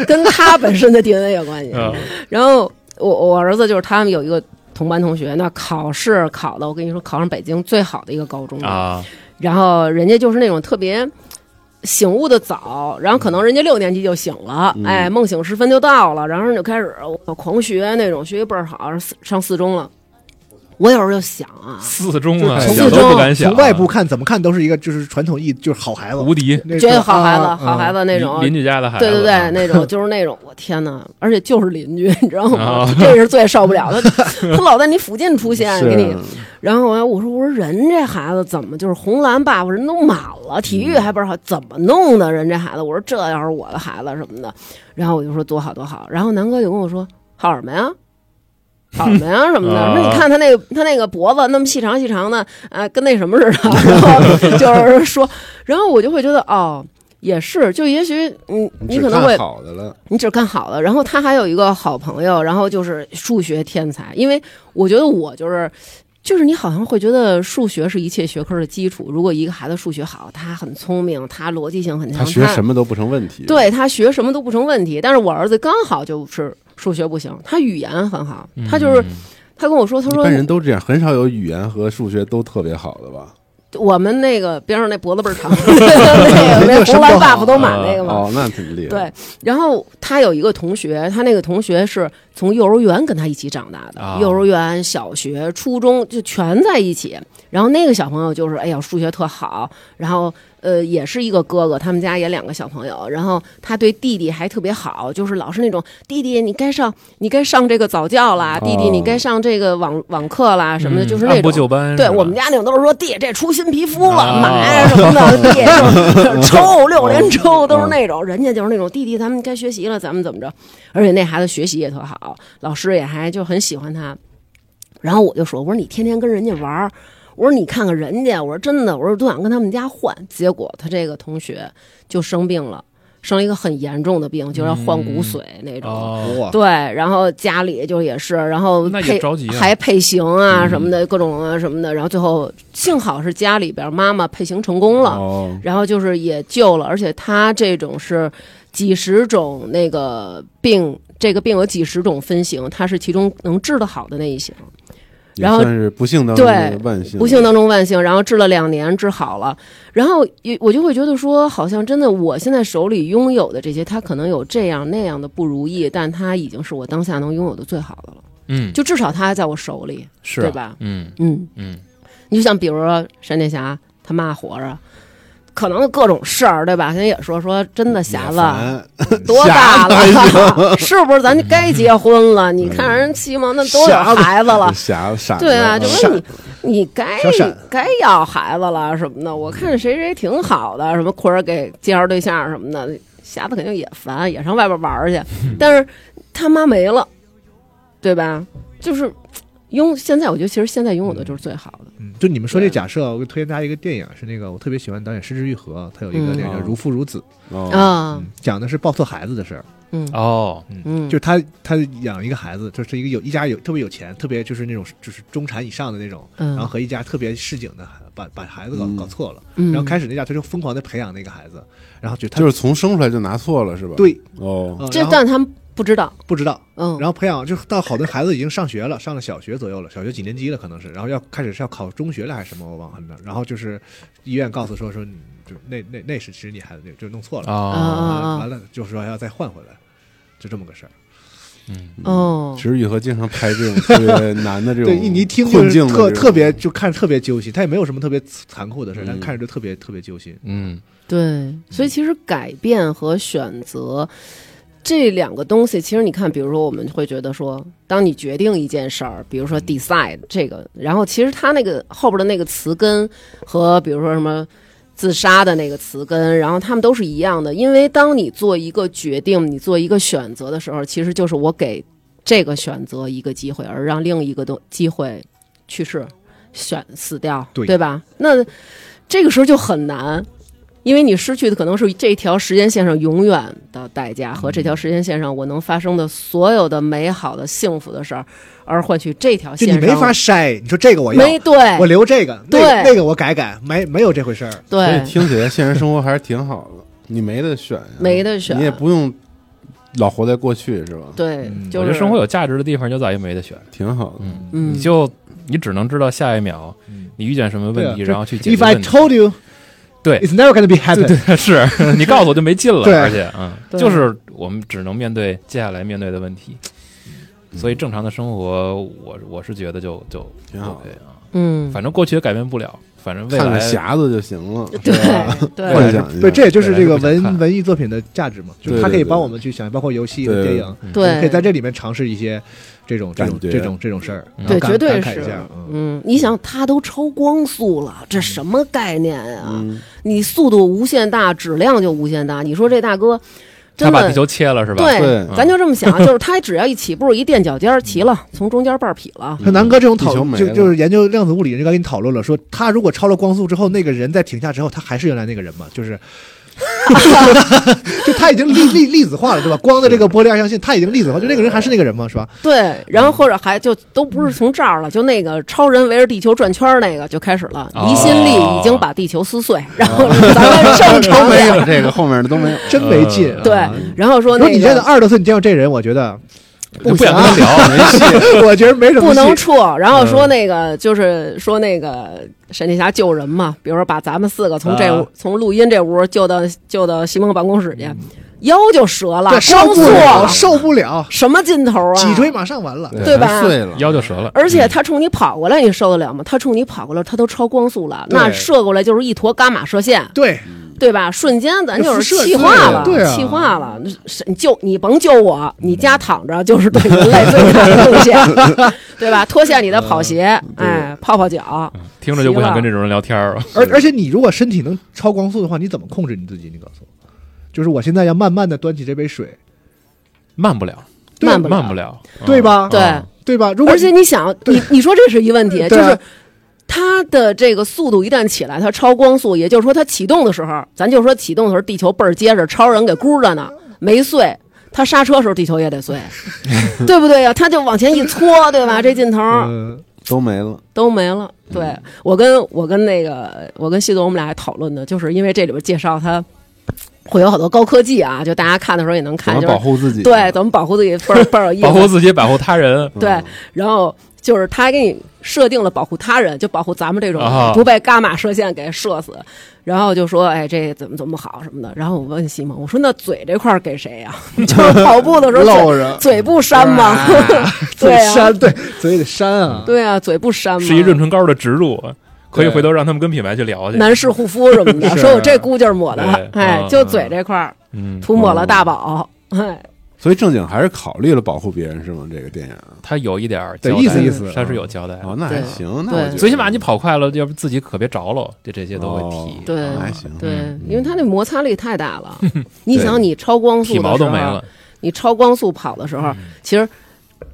跟他本身的 DNA 有关系，嗯然后我我儿子就是他们有一个同班同学，那考试考的，我跟你说，考上北京最好的一个高中了啊，然后人家就是那种特别醒悟的早，然后可能人家六年级就醒了，嗯哎，梦醒时分就到了，然后人就开始我狂学那种，学习倍儿好，上四上四中了。我有时候就想啊，四中啊，从四想都不敢想啊，从外部看怎么看都是一个就是传统意就是好孩子，无敌，那觉个得好孩子，啊好孩啊子那种，邻邻居家的孩子，啊对对对，那种就是那种，我天哪！而且就是邻居，你知道吗？哦这是最受不了 的，他老在你附近出现，给啊你。然后我我说我说人这孩子怎么就是红蓝 buff 人都满了，体嗯育还不是好，怎么弄的？人这孩子，我说这要是我的孩子什么的，然后我就说多好多好。然后南哥就跟我说好什么呀？好什么呀？什么的？ 啊说你看他那个他那个脖子那么细长细长的，啊，跟那什么似的。然后 就是说，然后我就会觉得哦，也是，就也许你你可能会只看好的了，你只看好的。然后他还有一个好朋友，然后就是数学天才，因为我觉得我就是。就是你好像会觉得数学是一切学科的基础。如果一个孩子数学好，他很聪明，他逻辑性很强，他学什么都不成问题。，对他学什么都不成问题。但是我儿子刚好就是数学不行，他语言很好，他就是、他跟我说，他一说般嗯人都这样，很少有语言和数学都特别好的吧？我们那个边上那脖子倍儿 长， 那个那红蓝 buff 都满那个嘛，哦，那挺厉害。对，然后他有一个同学，他那个同学是从幼儿园跟他一起长大的，啊幼儿园、小学、初中就全在一起。然后那个小朋友就是，哎呀，数学特好，然后呃，也是一个哥哥，他们家也两个小朋友，然后他对弟弟还特别好，就是老是那种弟弟你该上你该上这个早教啦，弟弟你该上这个网网课啦什么的，嗯就是那按部就种。班是吧。对我们家那种都是说弟这出新皮肤了，啊买什么的，弟 就是抽六连抽都是那种，人家就是那种弟弟，咱们该学习了，咱们怎么着？嗯而且那孩子学习也特好，老师也还就很喜欢他。嗯然后我就说，我说你天天跟人家玩儿，我说你看看人家，我说真的，我说都想跟他们家换。结果他这个同学就生病了，生了一个很严重的病，就要换骨髓那种。啊哦，哇，对，然后家里就也是，然后那也配着急啊嗯还配型啊什么的，各种啊什么的，然后最后幸好是家里边妈妈配型成功了，哦，然后就是也救了，而且他这种是几十种那个病，这个病有几十种分型，他是其中能治得好的那一型，也然后算是不幸当中的对万幸，不幸当中万幸，然后治了两年治好了，然后也我就会觉得说，好像真的我现在手里拥有的这些，他可能有这样那样的不如意，但他已经是我当下能拥有的最好的了，嗯，就至少他还在我手里，是对啊吧嗯嗯。嗯，你就像比如说闪电侠他妈活着，可能各种事儿，对吧？人也说说真的嗯也匣子烦多大了， 是不是咱该结婚了？你看人西蒙那都有孩子了。 傻傻对啊，就傻问你，你该小闪该要孩子了什么的。我看谁谁挺好的，什么或者给介绍对象什么的，匣子肯定也烦，也上外边玩儿去。但是他妈没了，对吧？就是拥现在，我觉得其实现在拥有的就是最好的。嗯就你们说这对假设，我给推荐大家一个电影，是那个我特别喜欢的导演石之愈合，他有一个嗯电影叫哦《如父如子》，哦，啊嗯，讲的是抱错孩子的事儿。嗯哦，嗯，就是他他养一个孩子，就是一个有一家有特别有钱，特别就是那种就是中产以上的那种，嗯然后和一家特别市井的孩把把孩子搞嗯搞错了，嗯然后开始那家他就疯狂的培养那个孩子，然后就他就是从生出来就拿错了是吧？对，哦，呃这然后但他们不知道，不知道，嗯，然后培养就到好多孩子已经上学了，上了小学左右了，小学几年级了可能是，然后要开始是要考中学了还是什么我忘了，然后就是医院告诉说说你就那那那是其实你孩子就就弄错了，哦，啊啊啊完了就是说要再换回来，就这么个事儿。哦，池宇和经常拍这种特 别难的这种对，你一听就困是境的特这种特别，就看着特别揪心，他也没有什么特别残酷的事儿，但嗯看着就特别特别揪心。嗯，对，所以其实改变和选择这两个东西，其实你看，比如说我们会觉得说，当你决定一件事儿，比如说 decide 这个，然后其实它那个后边的那个词根和比如说什么。自杀的那个词根，然后它们都是一样的，因为当你做一个决定，你做一个选择的时候，其实就是我给这个选择一个机会，而让另一个东机会去世、选死掉，对吧？那这个时候就很难，因为你失去的可能是这条时间线上永远的代价，和这条嗯时间线上我能发生的所有的美好的、幸福的事儿，而换取这条啊就线你上没法筛，你说这个我要，没对我留这个，那个对那个我改改，没没有这回事儿。所对以听起来现实生活还是挺好的，你没得选呀，没得选你也不用老活在过去是吧？，对，嗯我就觉是得生活有价值的地方就在于没得选，挺好的。嗯你就你只能知道下一秒嗯你遇见什么对问啊题，就然后去解 If 决 I 问题。 told you, 对 it's never gonna be happen。对， 是你告诉我就没劲了，对而且嗯，对就是我们只能面对接下来面对的问题。嗯所以正常的生活，我我是觉得就就挺好 OK 啊。嗯，反正过去也改变不了，反正未看来看匣子就行了，对未幻来对想是一下。哎对，这也就是这个本来是文不想看文艺作品的价值嘛，就是对它可对以对帮我们去想，包括游戏、啊对电对影，我们对嗯可以在这里面尝试一些这种这种感觉这种这种事儿，嗯然后对，感绝对感慨一是下，，嗯，你想，它都超光速了，这什么概念啊？ 嗯你速度无限大，质量就无限大。你说这大哥他真把地的球切了是吧？对，对咱就这么 想，就是他只要一起步，一垫脚尖儿齐嗯了，从中间半儿劈了。像南哥这种讨地球没就了就是研究量子物理，人就跟你讨论了，说他如果超了光速之后，那个人在停下之后，他还是原来那个人嘛，就是，就他已经粒粒粒子化了，对吧？光的这个波粒二象性，他已经粒子化，就那个人还是那个人嘛，是吧？对，然后或者还就都不嗯是从这儿了，就那个超人围着地球转圈儿那个就开始了，哦离心力已经把地球撕碎，然后咱 们正都常没点儿。有这个后面的都没有。真没劲啊。对，然后说如果那你现在个二十多岁，你见过这人，我觉得就不想跟行他聊，没 戏。我觉得没什么不能戏处，然后说那个就是说那个闪电侠救人嘛，比如说把咱们四个从这屋啊从录音这屋救到救到西蒙办公室去，腰就折了嗯对，，受光不了，速受不了，什么劲头啊？脊椎马上完了。对吧全碎了，腰就折了。而且他冲你跑过来，你受得了吗？他冲你跑过来，他都超光速了，对那射过来就是一坨伽马射线，对，对吧？瞬间咱就这是辐射气化了，之类的对啊气化了。是你救你甭救我，你家躺着就是对人类最大的贡献，对吧？脱下你的跑鞋，嗯哎，泡泡脚，听着就不想跟这种人聊天儿了。而而且你如果身体能超光速的话，你怎么控制你自己？你告诉我，就是我现在要慢慢的端起这杯水，慢不了，对慢不了慢不了，对吧？对。嗯对吧？如果而且你想，你你说这是一问题，就对啊是它的这个速度一旦起来，它超光速，也就是说它启动的时候，咱就说启动的时候地球倍儿结实，超人给箍着呢，没碎。它刹车时候地球也 得碎，对不对呀、它就往前一搓，对吧？这劲头儿嗯，都没了。都没了。对我跟我跟那个我跟西总我们俩还讨论呢，就是因为这里边介绍它会有好多高科技啊，就大家看的时候也能怎看，么就保是护自己？啊对怎么保护自己倍儿倍儿有意思。 保护自己，保护他人。对，然后就是他还给你设定了保护他人，就保护咱们这种啊不被伽马射线给射死。然后就说，哎，这怎么怎么好什么的。然后我问西蒙，我说那嘴这块儿给谁呀、 就是跑步的时候露嘴着嘴不扇吗？嘴 对啊，扇，对，嘴得扇啊。对啊，嘴不扇吗？是一润唇膏的植入，可以对回头让他们跟品牌去聊去。男士护肤什么的，是说我这姑劲儿抹的对，哎嗯，就嘴这块儿嗯，涂抹了大宝，哎，所以正经还是考虑了保护别人是吗？这个电影他有一点儿对交代意思意思他是有交代的。哦，那还对行，那对我觉得最起码你跑快了，要不自己可别着了，这这些都会哦提，对还行，对，因为它那摩擦力太大了，你想对你超光速体的时毛候，都没了。你超光速跑的时候，其实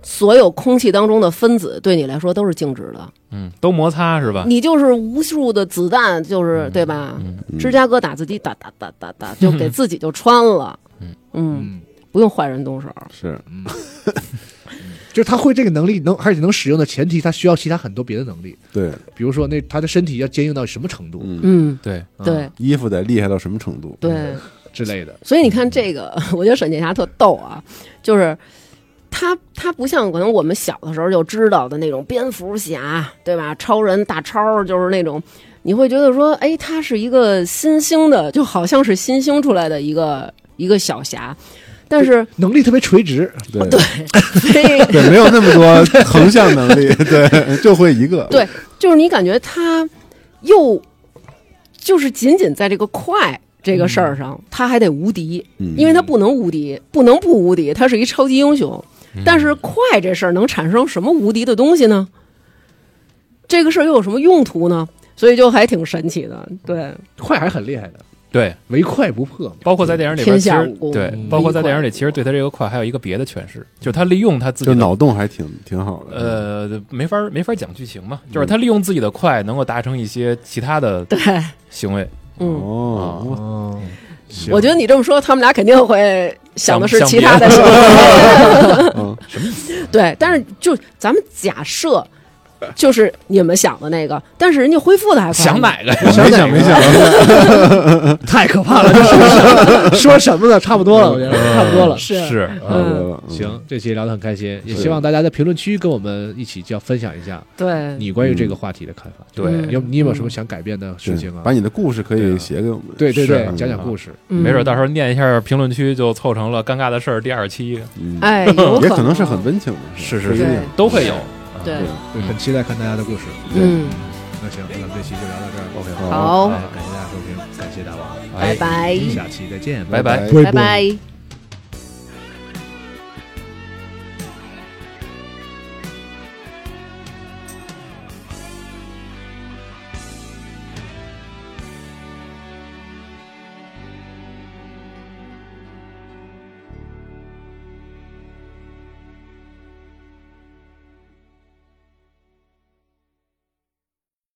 所有空气当中的分子对你来说都是静止的，嗯，都摩擦是吧？你就是无数的子弹，就是对吧？芝加哥打字机打打打打打，就给自己就穿了，嗯，不用坏人动手，是就是他会这个能力能，而且能使用的前提，他需要其他很多别的能力，对，比如说那他的身体要坚硬到什么程度嗯，嗯，对，啊对衣服得厉害到什么程度？对，之类的。所以你看这个， 我觉得沈剑侠特逗啊，就是。他他不像可能我们小的时候就知道的那种蝙蝠侠，对吧？超人大超就是那种，你会觉得说，哎，他是一个新兴的，就好像是新兴出来的一个一个小侠，但是能力特别垂直，哦对非对，没有那么多 横向能 力，对，就会一个，对，就是你感觉他又就是仅仅在这个快这个事儿上，他还得无敌，嗯因为他不能无敌，不能不无敌，他是一超级英雄。但是快这事儿能产生什么无敌的东西呢？这个事儿又有什么用途呢？所以就还挺神奇的，对，快还是很厉害的，对，唯快不破嘛。包括在电影里边，天其下实武功对嗯，包括在电影里，其实对他这个快还有一个别的诠释，就是他利用他自己就的脑洞还挺挺好的，呃，没法没法讲剧情嘛，就是他利用自己的快，能够达成一些其他的对，行为，嗯，哦，哦，我觉得你这么说，他们俩肯定会想的是想其他的想事儿。 嗯对，但是就咱们假设就是你们想的那个，但是人家恢复的还快。想哪个呀？没 想没想，太可怕了， 这是 说什么呢？差不多了，我觉得差不多了。是 是，嗯，行，这期聊得很开心，也希望大家在评论区跟我们一起就要分享一下对，你关于这个话题的看法。对有你有没有什么想改变的事情啊？把你的故事可以写给我们，对对对是，讲讲故事。嗯没准到时候念一下评论区，就凑成了尴尬的事儿第二期，嗯哎，有也可能是很温啊情的，是不是一对是定，都会有。对，对，很期待看大家的故事。嗯，那行，那咱们这期就聊到这儿。OK，好好，感谢大家收听，感谢大王，哎拜拜，下期再见，拜拜拜拜拜。